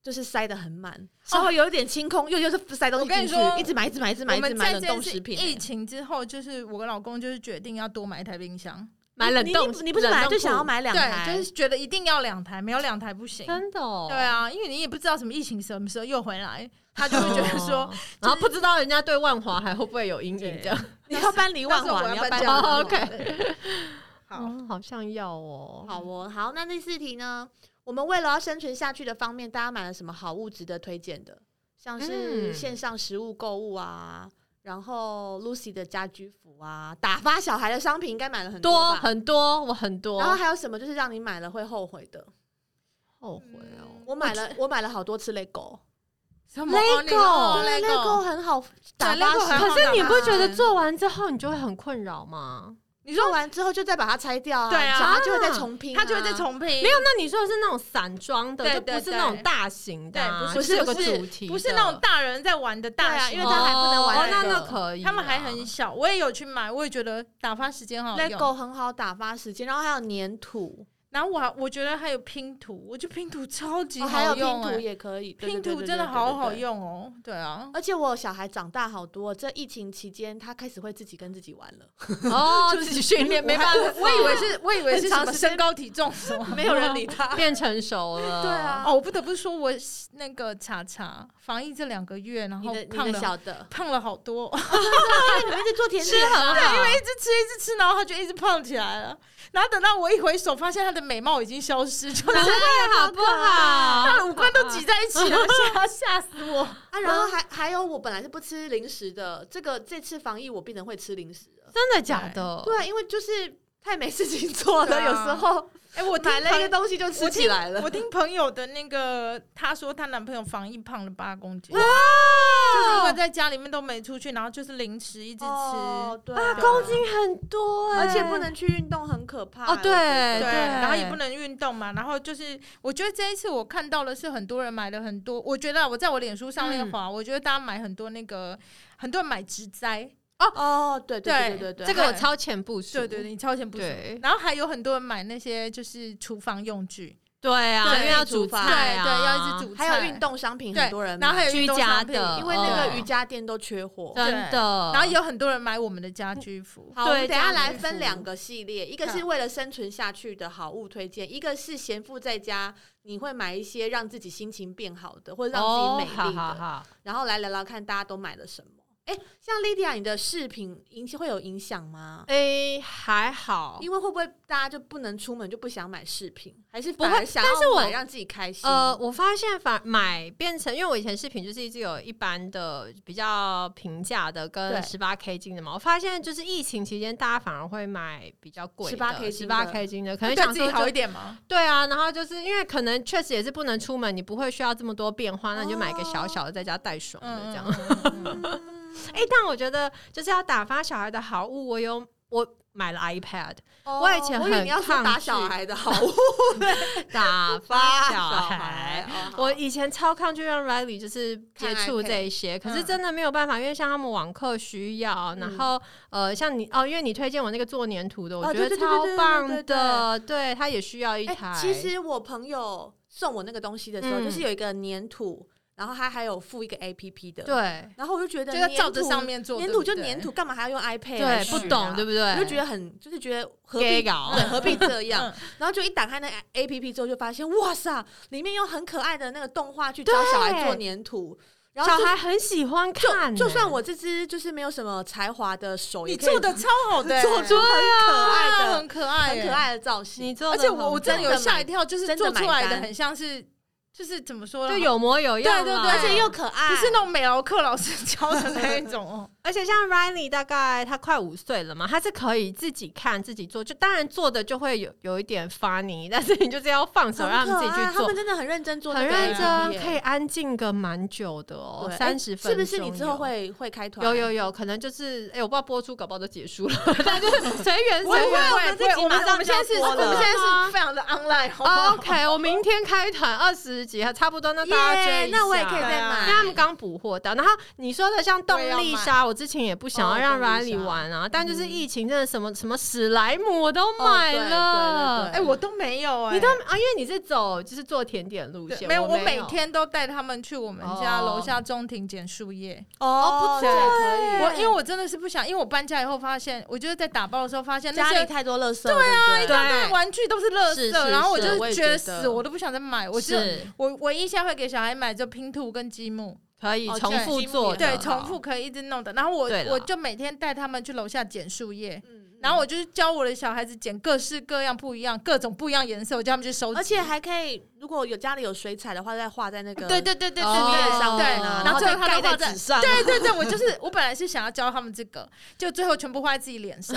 就是塞得很满，稍微有一点清空，又又是塞东西
我跟
进
你
去
说，
一直买，一直买，一直买，
我
一直
们
买
在
冷
这
冻
次
食品、
疫
欸
情之后，就是我跟老公就是决定要多买一台冰箱，
买冷
你
冻
你不，你不是本来就想要买两台，
对，就是觉得一定要两台，没有两台不行。
真的、哦，
对。啊，因为你也不知道什么疫情什么时候又回来，他就会觉得说
哦，然后不知道人家对万华还会不会有阴影
对
这样？
你要搬离万
到时候
华，
我
你要搬
搬
离
家
万
了
华
哦，OK
对 好，
嗯
哦，好像要哦。
好
嗯
哦，好，那第四题呢？我们为了要生存下去的方面，大家买了什么好物值得推荐的？像是
嗯
线上食物购物啊，然后 Lucy 的家居服啊，打发小孩的商品应该买了很
多
吧？
很多，我很多，
然后还有什么就是让你买了会后悔的？
后悔哦
嗯。
我买了，我买了好多次 LEGO，
什么
Lego
哦你说
对啊
Lego，
，LEGO 很好打
对
发
Lego
时
很
间
好
可是你不觉得
嗯
做完之后你就会很困扰吗？
你
做
说
完之后就再把它拆掉啊，
对啊
然后就会再重拼、啊
他就会再。重拼，
没有，那你说的是那种散装的，
对
就不
对
是
对
那种大型的啊，
对
就
不
是
是
有个
不是
主题的，
不是那种大人在玩的大
对啊
型
因为他还不能玩
哦哦，
那
那
个
那可以啊，
他们还很小，我也有去买，我也觉得打发时间好好用。
LEGO 很好打发时间，然后还有粘土，
然后我还我觉得还有拼图，我觉得拼图超级
哦还有
好
拼
用、
图
欸，
也可以，对
拼
对对
图
对
真的
对
好
对
好
对
用哦。对啊，
而且我小孩长大好多，这疫情期间他开始会自己跟自己玩了，
哦，自己训练没办法，
我以为是，我以为是
很长
什么
时间
身高体重什么。
没有人理 他。
变成熟 了，
对啊
哦，我不得不说，我那个查查防疫这两个月，然
你
后
的你
胖
的
了，
小的
胖了 好多，
因为你们一直做甜
吃
点
很
啊，
好，
因为一直吃一直吃，然后他就一直胖起来
啊
了。然后等到我一回首，发现他的美貌已经消失，就是
对好不好？
他的吓吓死我！
啊，然后还还有我本来是不吃零食的，这个这次防疫我变成会吃零食了。
真的假的？
对啊，因为就是太没事情做
对
了，
啊
有时候
哎、我听
买了一个
朋
东西就吃起来了
我。听朋友的那个，她说她男朋友防疫胖了八公斤，就是因为
哇，
在家里面都没出去，然后就是零食一直吃。啊
哦，对，
八公斤很多哎，
而且不能去运动，很可怕
哦，对
我觉得
对，
对
然后也不能运动嘛，然后就是，我觉得这一次我看到的是很多人买了很多，我觉得啊我在我脸书上面
嗯
滑，我觉得大家买很多那个，很多人买植栽，
哦，对对对对对，
这个我超前部署，
对对对，你超前部署，
对
然后还有很多人买那些就是厨房用具，
对啊，
对
因为要煮
对
菜啊，
对，要一直煮菜，
还有运，动商品，
对
很多人买
然后还有运动
居家
商品
的
因为那
哦
个瑜伽垫都缺货。
真的，
然后有很多人买我们的家居服，
好，我们
对
等一下
这样
来
子
分两个系列，一个是为了生存下去的好物推荐，一个是闲赋在家你会买一些让自己心情变好的，或者让
哦
自，己美
好
丽
好
的，
好，
然后来聊聊看大家都买了什么。哎，像莉迪亚，你的饰品影会有影响吗？
哎，还好，
因为会不会大家就不能出门，就不想买饰品，还是
不会
反而想
但是
要
我
买让自己开心？
呃， 我发现反买变成，因为我以前饰品就是一直有一般的比较平价的
对
跟十八 K 金的嘛，我发现就是疫情期间大家反而会买比较贵的
18K
十
金的
八 K 金的，可能
对
想
自
说
己
就
好一点嘛，
对啊，然后就是因为可能确实也是不能出门，你不会需要这么多变化，那你就买一个小小的在家带爽的这样。哎、
嗯嗯
但我觉得就是要打发小孩的好物，我有我买 了 iPad，
哦
我以前
以为
很
你要说
抗
打
拒
小孩的好物，
打
发
发 小孩。，
哦好
我以前超抗拒让 Riley 就是接触这一些，可
看
嗯
iPad
是真的没有办法，因为像他们网课需要，然后呃，像你哦，因为你推荐我那个做粘土的，我
哦
觉
对
得
对对对
超
对对
棒
对
的，对，他也需要一
哎
台。
其实我朋友送我那个东西的时候，
嗯
就是有一个粘土，然后他还有附一个 A P P 的，。
对
然后我就觉得
就要照着
嗯粘土
上面做，
粘
对
土
不
就
对
粘土，，干嘛还要用 iPad？来
对，
取
不
啊
懂对不对？
我就觉得很，就是觉得何
给
必
搞
对，何必这
嗯
样？然后就一打开那 A P P 之后，就发现哇塞，里面用很可爱的那个动画去教小孩做粘土，然后
小孩很喜欢
就
看、欸
就就算我这只就是没有什么才华的手，
你
也可以
做的超好的、
做出很可爱的、
很可爱、
很可。爱的造型，
你做得
而
很好，
且我我真的有
真的买
吓一跳，就是
真的
做出来
买
的
单
很像是，就是怎么说呢？
就有模有样啦，
对对对
而且又可爱，
不是那种美劳课老师教的那一种哦。
而且像 Riley 大概他快五岁了嘛，他是可以自己看自己做，就当然做的就会有有一点 funny，但是 你就是要放手
很
让他们
可
自己
爱
去
啊他
做
们，真的很认真做那
很
个 APP 耶，
认真，可以安静个蛮久的哦
对，哎
三十分钟
是
有。
不是你之后会会开团？
有有有可能就是哎、我不知道播出搞不好都结束了， 但就是随缘
不会
随
不
缘。
会
们
不
自
会，
己
我们
马上
我们现在是，
就
我
要播
们
了
现在是非常的 online，好不好？
哦 OK，我明天开团二十集，差不多，那
耶，
大家追一下。
那我也可以再
对啊
因
买
为。他们刚捕获到，然后你说的像动力沙，我之前也不想要让
哦动力
Riley
沙
玩啊，但就是疫情真的什么什么史莱姆我都买
哦对对对
了，
哎、我都没有哎、
你都啊，因为你是走就是做甜点路
对
线，
没有，
我
我
没
每
有
天都带他们去我们家
哦
楼下中庭捡树叶。
哦
哦不
这样
对
可
我因为我真的是不想，因为我搬家以后发现，我就是在打包的时候发现
以
那
家
些
里太多垃圾，对啊，
对
那玩具都是垃
是
圾，
是
然后我
是
就
我也
觉得
觉
死，
得
我都不想再买。我只有
是
我唯一现在会给小孩买就拼图跟积木，
可以
哦
重复
对
做的，
对，重复可以一直弄的。然后我
对啦
我就每天带他们去楼下捡树叶，
嗯
然后我就是教我的小孩子捡各式各样不一样、各种不一样颜色，我叫他们去收集。
而且还可以，如果有家里有水彩的话，再画在那个
对对对对对
哦
对，
上
对
面啊，
然后最
再
后他
盖
们画
在
在
纸。上，
对对对，我就是我本来是想要教他们这个，就最后全部画在自己脸上，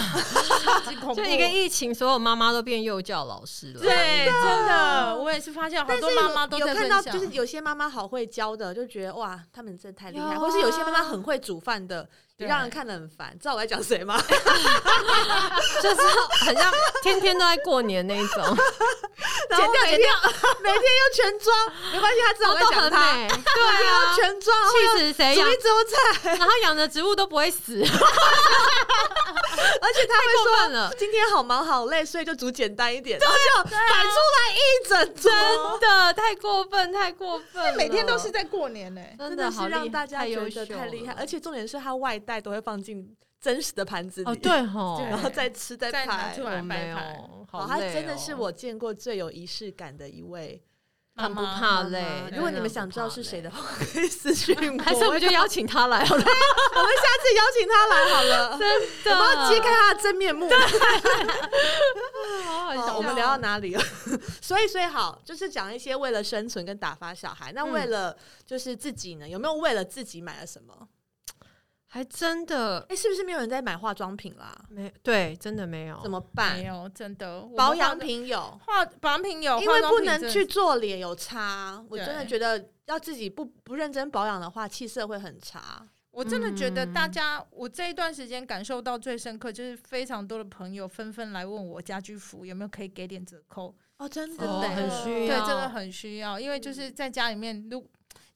超级恐怖。
就一个疫情，所有妈妈都变幼教老师了。
对，真的，我也是发现好
但是
多妈妈都
有
在
看
分
到，
享，
就是有些妈妈好会教的，就觉得哇，他们真的太厉害，
有
或是有些妈妈很会煮饭的，也
对
让人看得很烦。知道我在讲 谁吗？
就是很像天天都在过年那一种，
然后每天每天又全装，没关系，他知道我在
都
讲
很
他，
美，
对
啊
全装，
气死谁
煮
养
一，桌菜，
然后养的植物都不会死，
而且他
过
会
分了
说哦今天好忙好累，所以就煮简单一点，
啊
然后就摆出来一整桌，
真的太过分，太过分了，
每天都是在过年呢、
真
真
的
的
好
是
哦厉害
让大家
太
觉
优
得
秀
太厉害，
了
而且重点是它外带都会放进真实的盘子里，
哦，，对吼，
然后再吃再
再拿
拍
出。来
我
摆
没有
盘。，
哦，
好
他
累
真的
哦
是我见过最有仪式感的一位
妈
很不
妈
怕
妈
累
妈
对
如果你们想知道是谁的话，可以私信我。
还是我们就邀请他来好 了，
我们下次邀请他来好了，
真的，啊
我们要揭开他的真面目。
好好
好
笑
哦我们聊到哪里了？ 所以，所以好，就是讲一些为了生存跟打发小孩。那为了就是自己呢，有没有为了自己买了什么？
还真的
哎，是不是没有人在买化妆品啦？
没对，真的没有，
怎么
没
办？
有，真的
保养品有，
化保养品有，
因
化
为
妆
不
品
能
真的
去做脸有差。啊我真的
对
觉得要自己不不认真保养的话，气色会很差。
我真的觉得大家，我这一段时间感受到最深刻，就是非常多的朋友纷纷来问我家居服有没有可以给点折扣，
哦，真的
哦
耶，
很
对，
需要
这个很需要，因为就是在家里面，如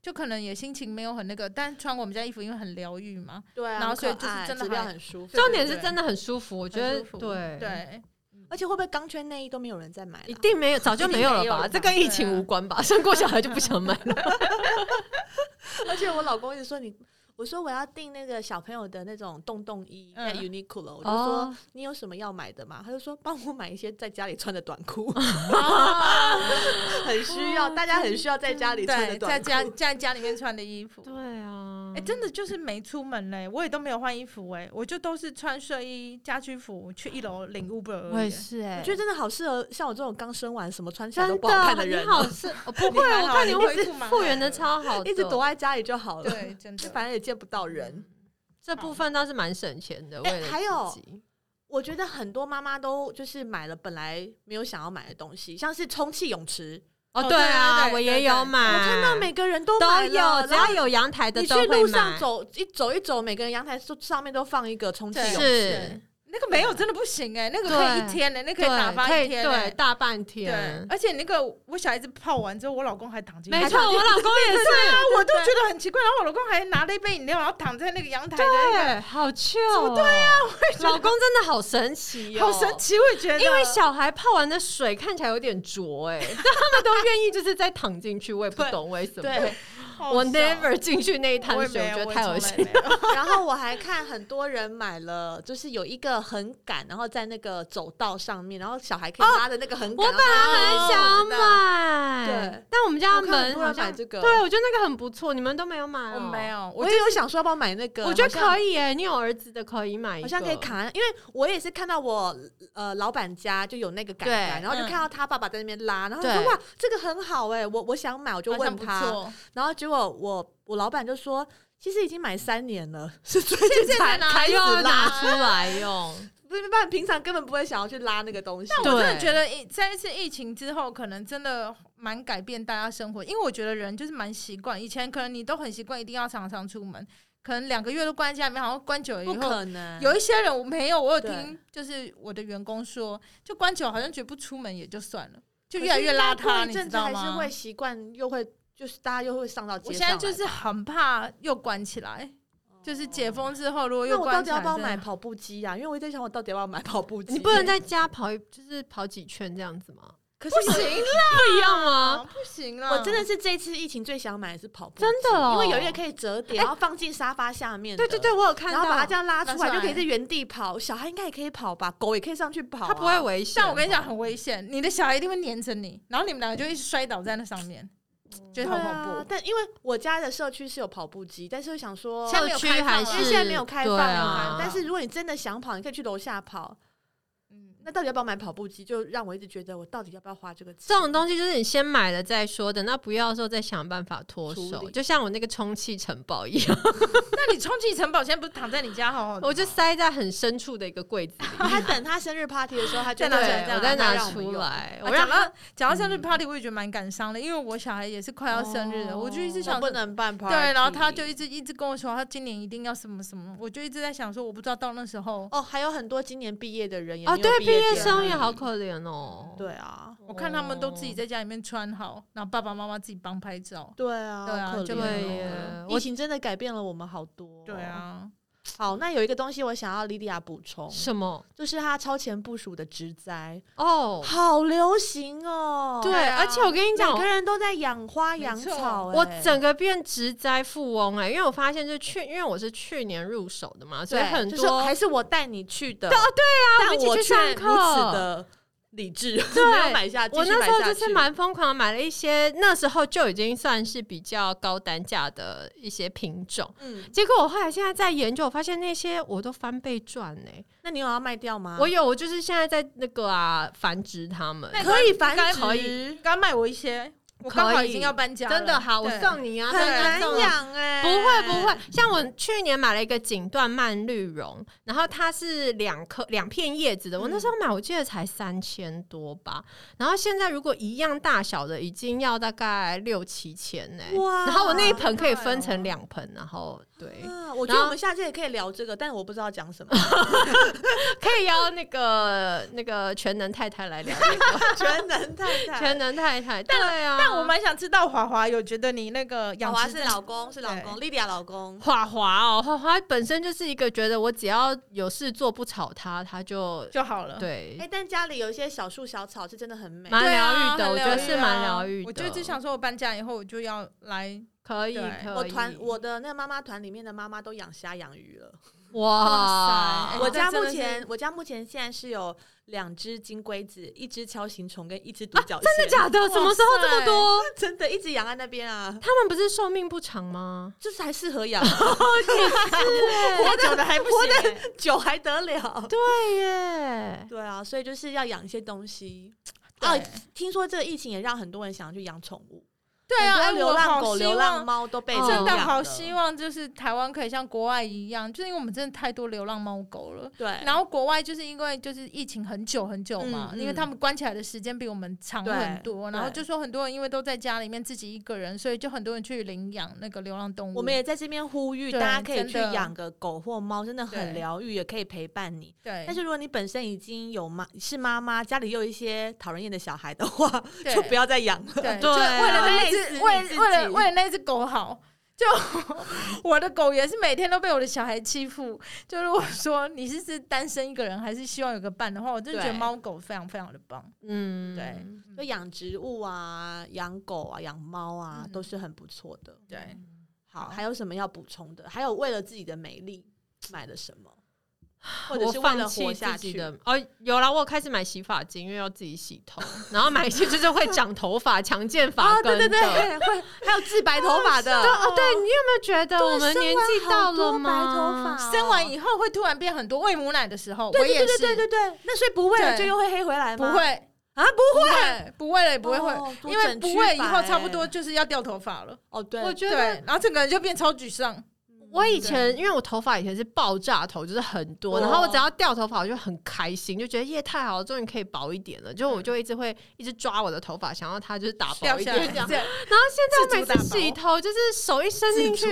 就可能也心情没有很那个，但穿我们家衣服因为很疗愈嘛，
对啊，
然后
很
所以
可
就是
爱
真的
质量
还
很舒服。
重点
对
是
对
真的很舒服，我觉
很
得
舒服
对，
对，
而且会不会钢圈内衣都没有人在买了？
一定没有，早就没有了
一定没有
吧？
了
这跟疫
啊
情无关吧？生过小孩就不想买了，
而且我老公一直说你，我说我要订那个小朋友的那种洞洞衣，
嗯
在 Uniqlo，、我就说
哦
你有什么要买的吗？他就说帮我买一些在家里穿的短 裤，很需要，
哦
大家很需要在家里穿的
对，在
短裤。
家在家里面穿的衣服，
对啊
哎、真的就是没出门嘞、我也都没有换衣服哎、我就都是穿睡衣、家居服去一楼领 Uber 而已、
我也是哎，
我觉得真的好适合像我这种刚生完什么穿起来
真
都不
的
好看的人
你
哦，
好是哦不
你
会，
还好
我看
你
你会
恢
是
复蛮
复
好
原的
的
超好的，
一直躲在家里就好了，
对，真的。
反正也见不到人。
嗯这部分倒是蛮省钱的，
哎
为了
还有
自己哦
我觉得很多妈妈都就是买了本来没有想要买的东西，像是充气泳池，
哦
哦对
对
对
啊，
对
我也
对
有买，
我看到每个人都
都
买了
有，只
然后
要有阳台的
你去
都会
路上
买
走一走一走，每个人阳台都上面都放一个充气
对
泳
是
池，
那个没有真的不行哎、那个可以一
对
天的、那可以
对，
打发
可
一
以
天、
对
欸。
大半
对
天，
而且那个我小孩子泡完之后，我老公还躺进去，
没错，
啊，
我老公 也是，啊
我都觉得很奇怪。然后我老公还拿了一杯饮料，然后躺在那个阳台的那
对，好 c 对呀，老公真的好神奇
个，
哦，
好神。奇，我也觉得。
因为小孩泡完的水看起来有点浊哎、 但他们都愿意就是再躺进去，我也不
对
懂为什么。
对，好
我
笑
never 进去那一滩
我也
水，
没
我
有
觉得
我也
太
从
恶
来
心。
没有。
然后我还看很多人买了，就是有一个横杆，然后在那个走道上面，然后小孩可以拉的那个横杆。
哦我本来很想
哦，
买，
对，
但我们家
我看很
门
多
好
人买
像
这个
对我觉得那个很不错，你们都没有买、哦
我没，有，
我
我
也有想说要不要买那个，
我觉得
好像
可以哎、你有儿子的可以买一
好
个，
像可以扛，啊因为我也是看到我呃老板家就有那个杆杆，
对
然后就
嗯
看到他爸爸在那边拉，然后就说
对
哇这个很好哎、我我想买，我就
好像
问
不
他，
错，
然后结果我我老板就说其实已经买三年了， 是最近
现
才开
在哪
始
有啊
又
拉
拿，出来用，
不是不然平常根本不会想要去拉那个东西。
对
我真的觉得疫在一次疫情之后，可能真的蛮改变大家生活，因为我觉得人就是蛮习惯，以前可能你都很习惯一定要常常出门，可能两个月都关在家里面，好像关久了以
不
后。
可能，
有一些人我没有，我有
对
听，就是我的员工说，就关久了好像觉得不出门也就算了，就越来越邋遢，
一
你知
阵子
道
还是
吗
会？习惯，又会就是大家又会上到街
我
上
现
来吧。
在
哦
就是很怕又关起来，就是解封之后如果
那
又
我到
关
底
起来，
要不要
真的
买跑步机啊呀、因为我一直在想，我到底要不要买跑步机？
你不能在家跑一，就是跑几圈这样子吗？
可是
不啊行
不一样
啦，
吗？
不行啦，
我真的是这次疫情最想买的是跑步机，
真的哦
因为有一个可以折
哎
叠，然后放进沙发下面。
对对对，。我有看
然
到，
后把它这样拉出来，
拿出
就
来
可以在原地跑。小孩应该也可以跑吧，狗也可以上去跑、啊。
它不会危险。
但我跟你讲，，很危险，你的小孩一定会黏着你，然后你们两个就一直摔倒在那上面，觉
对
得好恐怖。
啊。但因为我家的社区是有跑步机，但是我想说，
现
因
在没有
社区
开放啊
为
还是
现在没有开放
对
啊
啊。
但是如果你真的想跑，你可以去楼下跑。
嗯，
那到底要不要买跑步机？就让我一直觉得，我到底要不要花这个钱？
这种东西就是你先买了再说，等到不要的时候再想办法脱
处
手。
理
就像我那个充气城堡一样，
那你充气城堡现在不是躺在你家好好的吗？
我就塞在很深处的一个柜子里。
然后他等他生日 party 的时候，他就
再拿出来
对，我再拿出。来，
啊
我
讲
让
到讲到生日 party，我也觉得蛮感伤的，因为我小孩也是快要生日了，
哦
我就一直
他让我们用
想
不
说。
能办 party，
对，然后他就一直一直跟我说，他今年一定要什么什么，我就一直在想说，我不知道到那时候，
哦，还有很多今年毕业的人也
哦，
没有
对，毕业
典
生也
礼
好可怜哦。
对啊，
我看他们都自己在家里面穿好，然后爸爸妈妈自己帮拍照。
对啊，
对啊
好可
就
怜
对
哦
耶
嗯，疫
我
情真的改变了我们好多、
对，啊，
好，那有一个东西我想要莉莉亚补充，
什么？
就是她超前部署的植栽，
哦，
好流行哦。
对，
对啊
而且我跟你讲
每，个人都在养花
没
养
错
草、哎
我整个变植栽富翁哎、因为我发现就是去，因为我是去年入手的嘛，所以
对
很
就
多、
是还是我带你去的，
对啊，我
但
们一起
我
去
却
上
如
课
此的理 智，
对
没有买下，继
我
续
那时候
买下
就是
去
蛮疯狂，买了一些那时候就已经算是比较高单价的一些品种。
嗯，
结果我后来现在在研究，我发现那些我都翻倍赚呢、
那你有要卖掉吗？
我有，我就是现在在那个啊繁殖它们，
那
可以繁
该
殖，
可
你刚卖我一些，我刚好已经要搬家了，
真的好，我
对
送你啊，
很
真的
难
送你。
养哎、
不会不会，像我去年买了一个锦缎蔓绿绒，然后它是两颗两片叶子的，我那时候买我记得才三千多吧，然后现在如果一样大小的，已经要大概六七千呢、
哇
然后我那一盆可以分成两盆，然 后对，
啊，我觉
然
得
后
我们下届也可以聊这个，但我不知道讲 什么。
可以邀那个那个全能太太来聊这个
全能太太，
全能太太，对啊，
但我蛮想知道华华有觉得你那个养
老娃
殖
啊是老公，是老公，莉莉亚老公。
华华哦，华华本身就是一个觉得我只要有事做不吵他，他就
就好了。
对
哎、但家里有一些小树小草是真的很美。
蛮
对啊，
疗愈的
很
我觉得
疗愈
是蛮
啊
疗愈
我
的
就只想说，我搬家以后我就要来，
可以
对
可以，
我团我的那个妈妈团里面的妈妈都养虾养鱼了。
哇
哇塞哎
我
这
家
真
目
的是
前我家目前现在是有两只金龟子，一只锹形虫跟一只
啊
独角、
真的假的？什么时候这么多？
的？ 真的一直养在那边啊，
他们不是寿命不长吗？
就是还适合养，啊
哦 活久的还不行欸、
久还得了？
对耶，
对啊，所以就是要养一些东西。
对
啊，听说这个疫情也让很多人想要去养宠物，
对啊，
很
哎
多流
我
浪
好
狗、
希
流
望哦
浪猫都被
真
领
真的
养
好
了
希望就是台湾可以像国外一样，就是因为我们真的太多流浪猫狗了。
对，
然后国外就是因为就是疫情很久很久嘛，
嗯嗯
因为他们关起来的时间比我们长很多，
对
然后就说很多人因为都在家里面自己一个人，所以就很多人去领养那个流浪动物。
我们也在这边呼吁大
对
家可以
真
去
的
养个狗或猫，真的
对
很疗愈，也可以陪伴你。
对，
但是如果你本身已经有妈是妈妈，家里又有一些讨人厌的小孩的话，
对
就不要再养了。
对，
对
就为了那
啊累死你
只为
自己
为了为了那只狗好，就 我的狗也是每天都被我的小孩欺负。就如果说你是是单身一个人，还是希望有个伴的话，我真的觉得
对
猫狗非常非常的棒。
嗯，
对
就养植物啊、养狗啊、养猫啊，
嗯
都是很不错的。
对，
好，还有什么要补充的？还有为了自己的美丽买了 什么？或者
我
是为
放
了
弃
活
自
下
己
去
的哦，有啦，我有开始买洗发精，因为要自己洗头，然后买一些就是会长头发、 强健发
啊，
根的。
对对对，会还有治白头发的，
哦，对你有没有觉得我们年纪到了吗？
生完好多白头发哦
生完以后会突然变很多，喂母奶的时候，
对
我也
对
是
对对对对，那所以不喂了
对
就又会黑回来
不
吗？
会
啊，
不会不喂了也不会会，
哦多
因为
整
不
区
喂以后
白
差不多就是要掉头发了。
哦，对，
我觉
对，
得。
然后整个人就变超沮丧。
我以前因为我头发以前是爆炸头，就是很多，
哦
然后我只要掉头发我就很开心，就觉得耶太好了，终于可以薄一点了。就我就一直会一直抓我的头发，想要它就是打薄
掉
一
下
点。
来，
然
对，
后现在我每
自主打
次
薄
洗头，就是手一伸进去，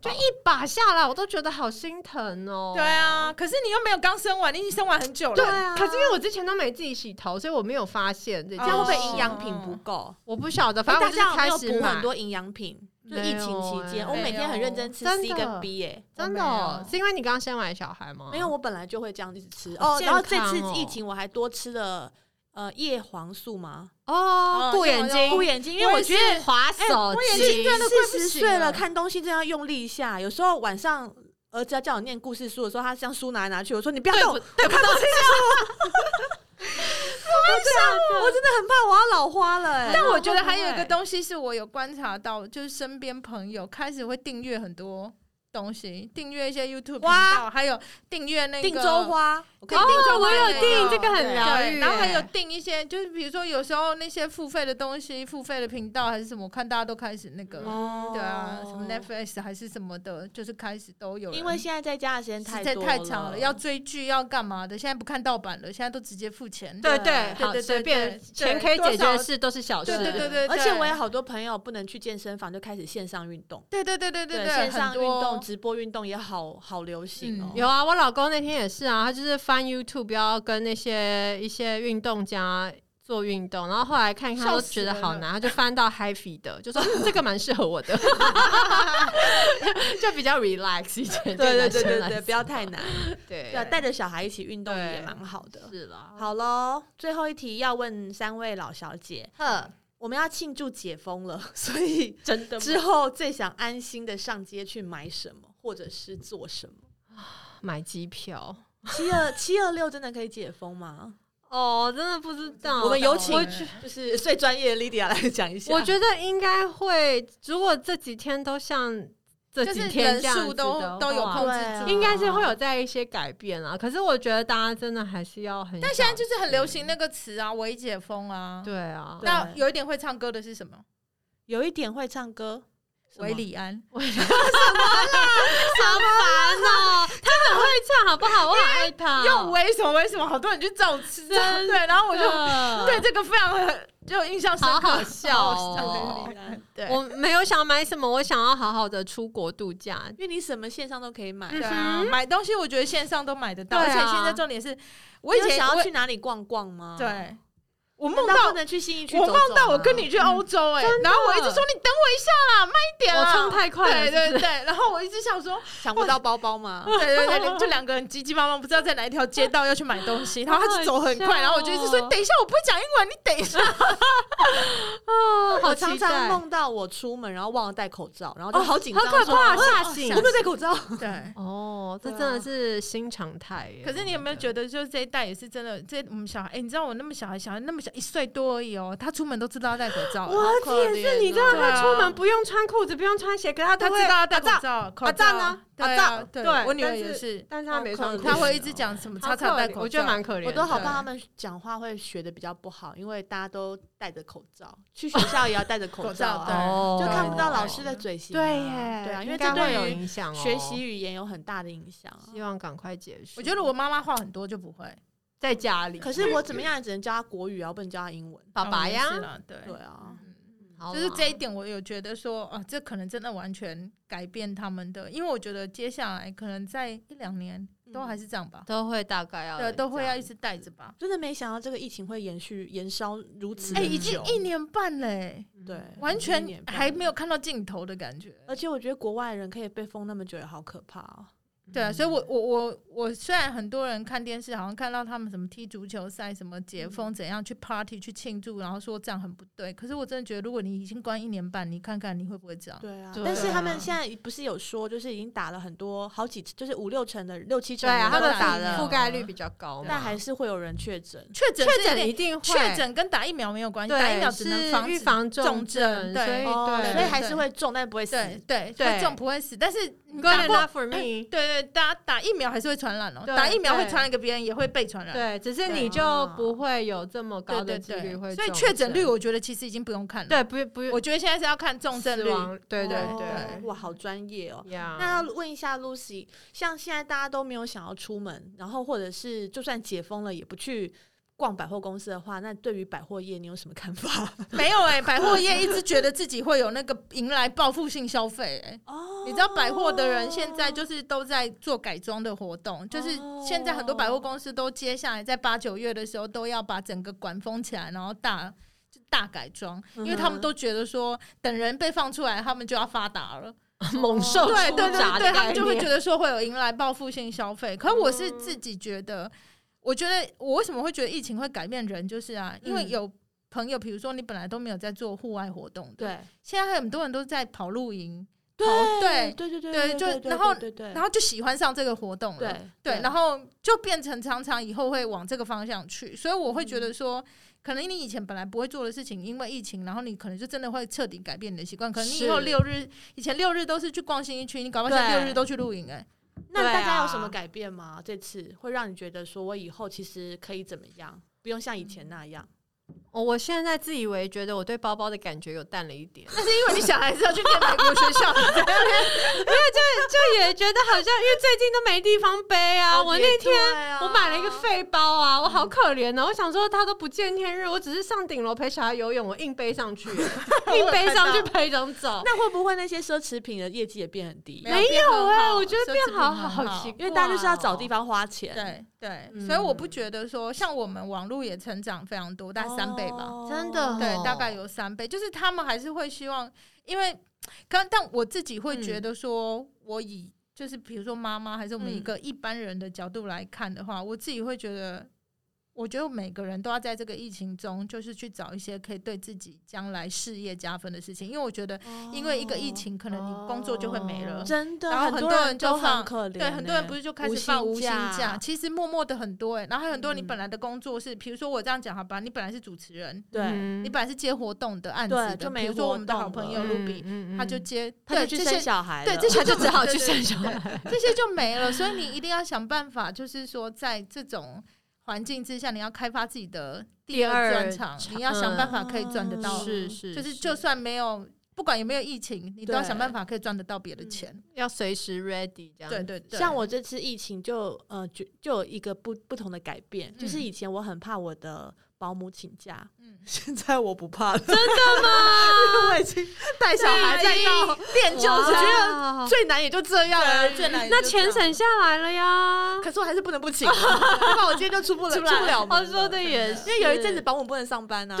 就一把下来，我都觉得好心疼哦。
对啊。可是你又没有刚生完，你已经生完很久了。
对
啊
可是因为我之前都没自己洗头，所以我没有发现这
这
件
样会不
事。
会营养品不够？
我不晓得，
因
反
为
正
哦大家
我就是开
有
始
没有补很
买。
多营养品？就疫情期
没有欸
间，我每天很认哎真吃
真的
C 跟 B 哎，
真的
我
哦
没，有
是因为你刚生完小孩吗？
没有，，我本来就会这样一直吃哦。
健
然后这次
康哦
疫情我还多吃了呃叶黄素嘛，
哦
哦，
顾眼
有
睛，
有
顾眼睛，因为我觉哎得
得滑手
我眼
机
睛真的快不
四十
行啊
岁了，
了
看东西真的要用力一下。有时候晚上儿子要叫我念故事书的时候，他像书拿来拿去，我说你不要动，
对不到，
啊
我真的很怕我要老花了哎。
但我觉得还有一个东西是我有观察到，就是身边朋友开始会订阅很多东西，订阅一些 YouTube 频
哇
道，还有订阅那个
定州。花，我可以
哦
定州花
我有
那个
订这个很
对
疗愈
对，然后还有
欸
订一些，就是比如说有时候那些付费的东西、付费的频道还是什么，我看大家都开始那个，
哦
对啊，什么 Netflix 还是什么的，就是开始都有人。
因为现在在家的时间
实
太
在
多
太长
了，
了，要追剧要干嘛的，现在不看盗版了，现在都直接付钱。
对
对
对，
对
好
对
随
对
便，
对
钱可以解决
多少
的事都是小事。
对对对对，
而且我
也
有好多朋友不能去健身房，就开始线上运动。
对对对对对，
线上
很
运
多
动、直播运动也好好流行哦。
嗯
有啊，我老公那天也是啊，他就是翻 YouTube 要跟那些一些运动家做运动，然后后来看一看
笑
都
死
觉得好
人了
难，他就翻到 HiFi 的，就说、嗯、这个蛮适合我的，就比较 relax 一点。
对对对
男生
对
来
对，
说
不要太难。
对
对啊，带着小孩一起运动也蛮好的。
是啦。
好喽，最后一题要问三位老小姐，
呵，
我们要庆祝解封了， 所以
真的
之后最想安心的上街去买什么，或者是做什么？
买机票。
七二七二六真的可以解封吗？哦
哦，真的不知道。
我们有请
我觉
就是最专业的 Lydia 来讲一下。
我觉得应该会，如果这几天都像这
就
几
是
天
人
这样
数
子
都
的
都有
话
控
对
制
啊
住，
应该是会有在一些改变啊。可是我觉得大家真的还是要很小心，
但现在就是很流行那个词啊，微解封啊。
啊对啊，
对
那有一点会唱歌的是什么？
有一点会唱歌，
韦礼安，
好烦哦、他很会唱，好不好？我好爱他，
又为什么为什么，好多人去造吃，
哦真的
对，然后我就
就
对这个非常很就印象深
好
刻，
好笑
好
哦
好笑。 对，
我没有想买什么，我想要好好的出国度假。
因为你什么线上都可以买。
对啊，买东西我觉得线上都买得到，
对
而
啊
且现在重点是，我
我
以
以前
前
想
我
要去哪里逛逛吗？，
对，我梦
梦到
到
不能去新义区走
我
走
梦到我
吗
跟你去欧洲哎、然后我一直说你等我一下啦，慢一点
我
啦，
唱太快了，
啊对对
是不是，
对，然后我一直想说，
想不到包包吗？
对对对，就两个人急急忙忙，不知道在哪一条街道要去买东 西，然后他就走很
好好
快，
笑哦
然后我就一直说等一下，我不会讲英文，你等一下。
哦，好
我
期
常
待
常梦到我出门然后忘了戴口罩，然后就好紧张，
好可
说
怕，
哦
吓醒
我。没有戴口罩。
对，
哦，这
对啊
真的是新常态耶。
可是你有没有觉得，就是这一代也是真的，这我们小孩，哎，你知道我那么小孩，小孩那么小，一岁多而已哦，他出门都知道要戴口罩了，
我
可
的天，是你
怜
知道
哦对
他
啊
出门不用穿裤子，不用穿鞋，可是他
他
都会
知道要戴口
打仗，
罩，口
打仗
罩
啊
对
打仗
对
对
我女儿
但
也
是
是，
但是他没穿裤子，
她会一直讲什么，
好可
叉
怜，
叉戴口罩，
我觉得蛮可怜的。
我都好
对
帮他们讲话，会学的比较不好，因为大家都戴着口罩，去学校也要戴着口
口
罩
罩，
啊，
哦
就
对
看不到
对
老师的嘴型啊。
对耶，
对啊，因为这
应该会有
对于
影响哦
学习。语言有很大的影响啊。
希望赶快结束。
我觉得我妈妈话很多就不会，
在家里，
可是我怎么样也只能教他国语啊，我不能教他英文。
爸爸
嗯也是
呀，
啦对
对啊，
嗯好
就是这一
啦
点，我有觉得说，啊，这可能真的完全改变他们的，因为我觉得接下来可能在一两年都还是这样吧，
都会大概要
对，都会要
嗯呃这
一
样
直带着吧。
真的没想到这个疫情会延续延烧如
嗯
此的
哎、
久，
已经一年半嘞、欸
对，
完
已经一
全
年半
还没有看到尽头的感觉。
嗯
而且我觉得国外人可以被封那么久，也好可怕哦。
对啊，所以我我我我虽然很多人看电视，好像看到他们什么踢足球赛、什么
嗯
解封、怎样去 party 去庆祝，然后说这样很不对。可是我真的觉得，如果你已经关一年半，你看看你会不会这样？
对啊，
对
但是他
啊
们现在不是有说，就是已经打了很多好几，就是五六成的六七成
对啊，
的
他
人都
们
打
疫
了，
苗
覆盖率比较高嘛，
但还是会有人啊确诊。
确诊
确
是有
诊
点
一定会
确诊跟打疫苗没有关系，打疫苗
对
只能
是
防
预
止
防重
重症
症，所
对
以
哦，
对，
所以还是会中，但不会死。
对对
对
会中不会死，但是你
good
打过
enough for me。
对对打打疫苗还是会传染哦，
对
打疫苗会
对
传染给别人，也会被传染。
对，只是
对
你就不会有这么高的
对
几
对
率会
对，所
中症，
以确诊率我觉得其实已经不用看了。
对不不
我觉得现在是要看重症率
死。亡对对
哦
对，
哇，好专业哦。
呀
那要问一下 Lucy，像现在大家都没有想要出门，然后或者是就算解封了也不去逛百货公司的话，那对于百货业你有什么看法？
没有哎、百货业一直觉得自己会有那个迎来报复性消费哎、
哦
你知道百货的人现在就是都在做改装的活动，就是现在很多百货公司都接下来在八九月的时候都要把整个馆封起来，然后大就大改装，因为他们都觉得说等人被放出来，他们就要发达了。
猛兽 出
对对
闸
对
的
对，他们就会
概念
觉得说会有迎来报复性消费。可我
嗯
是自己觉得，我觉得我为什么会觉得疫情会改变人，就是啊，因为
嗯
有朋友，比如说你本来都没有在做户外活动的，
对
现在很多人都在跑露营，跑
对
对，
对对对
对就
对
然后
对对，
然后就喜欢上这个活动了。
对
对，啊然后就变成常常以后会往这个方向去，所以我会觉得说，可能你以前本来不会做的事情，因为疫情，然后你可能就真的会彻底改变你的习惯。可能你以后
是
六日，以前六日都是去逛新一区，你搞不好
对
现在六日都去露营哎、
那
对
大家
啊
有什么改变吗？这次会让你觉得说我以后其实可以怎么样，不用像以前那
嗯
样。
哦，我现在自以为觉得我对包包的感觉有淡了一点，
那是因为你小孩子要去念美国学校，
就也觉得好像因为最近都没地方背
哦
啊。我那天
天
我买了一个废包啊，我好可怜呢、我想说他都不见天日，我只是上顶楼陪小孩游泳，我硬背上去，硬背上去拍一张照。
那会不会那些奢侈品的业绩也变很低？
没有
哎、
哎、我觉得变好
好，
好奇怪哦，
因为大家就是要找地方花钱，
对对，
嗯
所以我不觉得说像我们网络也成长非常多，大概三
哦
倍吧。
真的
对
哦，
大概有三倍，就是他们还是会希望，因为刚但我自己
嗯
会觉得说，我以就是比如说妈妈还是我们一
嗯
个一般人的角度来看的话，我自己会觉得。我觉得每个人都要在这个疫情中，就是去找一些可以对自己将来事业加分的事情，因为我觉得，因为一个疫情，可能
哦
你工作就会没了。
真的，
然后很多人就
都很
放
可怜欸、
对，很多人不是就开始放无薪假，
假，
其实默默的很多哎、然后还有很多你
嗯
本来的工作是，比如说我这样讲好吧，你本来是主持人，
对，
嗯
你本来是接活动的案子
对
的，
就没
比如说我们的
活
好
动
朋
了
友
嗯
卢比，
嗯
他就接，
他就
对
去
这
生
些
小孩了，
对这些
他就只好去
对对
生小孩。
这些就没了，所以你一定要想办法，就是说在这种环境之下，你要开发自己的第二
第二
专长，你要想办法可以赚得到，
嗯
是是，
就是就算没有。不管有没有疫情，你都要想办法可以赚得到别的钱。
要随时 ready 这样。
对对
嗯
对，
像我这次疫情就呃就就有一个不不同的改变，就是
嗯
以前我很怕我的保姆请假，
嗯
现在我不怕了，真的
啊
吗？因为我已经带小孩 带到
哎
练就，
哇
我觉得最难也就这样了。
最难也
那
就
钱
这样
省下来了呀。
可是我还是不能不请，要 不然我今天就出不了出哦
出
不
不
了
我
门了。
哦说的也是，
因为有一阵子保姆不能上班啊，
嗯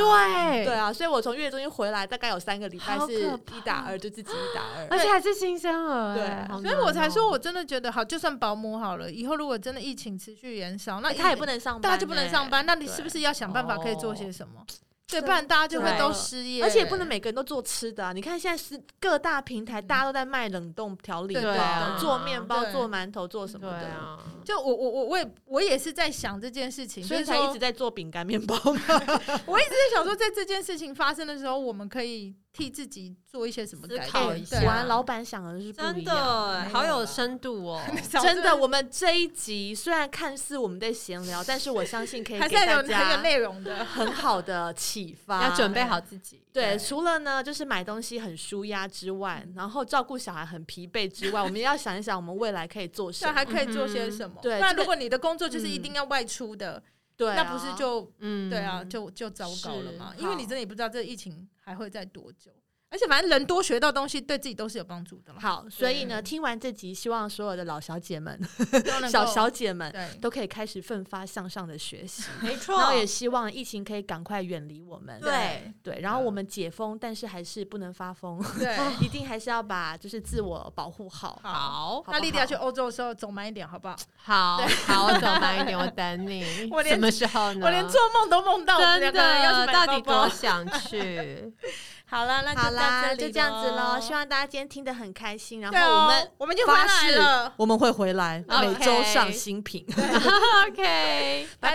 对
对啊，所以我从月中心回来，大概有三个礼拜
好
是
可
一打二，就自己一打二。
而且还是新生儿，
对
哎好
所以
难
我才
哦
说，我真的觉得好，就算保姆好了，以后如果真的疫情持续延烧，那
哎他也不，能上班、哦
大家就不能上
哎
班，那你
对
是不是要想办法可以做些什么？对，
真
不然大家就会
的
都失业，
哦
欸
而且也不能每个人都做吃的啊！你看现在是各大平台，大家都在卖冷冻调理包、
对啊
做面包、
对
做馒头、做什么
对
的，
啊，
就我我我我也我也是在想这件事情，
所以
就是
才
说
一直在做饼干、面包嘛。
我一直在想说，在这件事情发生的时候，我们可以替自己做一些什么
思
改
考
变
一？
对啊
下
果然 老板想啊的是不
真
一样。
的哎
没有
好有
啦
深 度哦。
真的，我们这一集虽然看似我们在闲聊，但是我相信可以
还
给
是要
大
有很有
家
内容的。
很好的启发。
要准备好自己，
对，除了呢，就是买东西很舒压之外，
嗯
然后照顾小孩很疲惫之 外，我们也要想一想我们未来可以做什
对，
么。
还可以做些什么？
嗯对
那
这个嗯
如果你的工作就是一定要外出的，
对啊，
那不是就
嗯
对啊，就就糟糕了嘛？
是
因为你真的也不知道这疫情还会在多久，而且反正人多学到东西，对自己都是有帮助的啦。
好。所以呢，听完这集，希望所有的老小姐们、
都能够
小小姐们
对，
都可以开始奋发向上的学 习。
没错
然后也希望疫情可以赶快远离我们。
对
对，然后我们解封，但是还是不能发疯，
嗯对。
一定还是要把就是自我保护好。
好
好
那莉莉亚去欧洲的时候走慢一点，好不好？。
好好，我走慢一点，我等你
我连
什么时候呢？
我连做梦都梦到我们两
真
个人要
的
去
到
买
底
包
多
包。
想 去？
好了，那就
好
到这
啦，
里
就这样子喽。
咯
希望大家今天听得很开心，然
对
后我
哦
们
我们就回
发
来
誓
了，
我们会回来，
OK
每周上新品。
OK，
拜拜
拜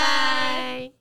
拜。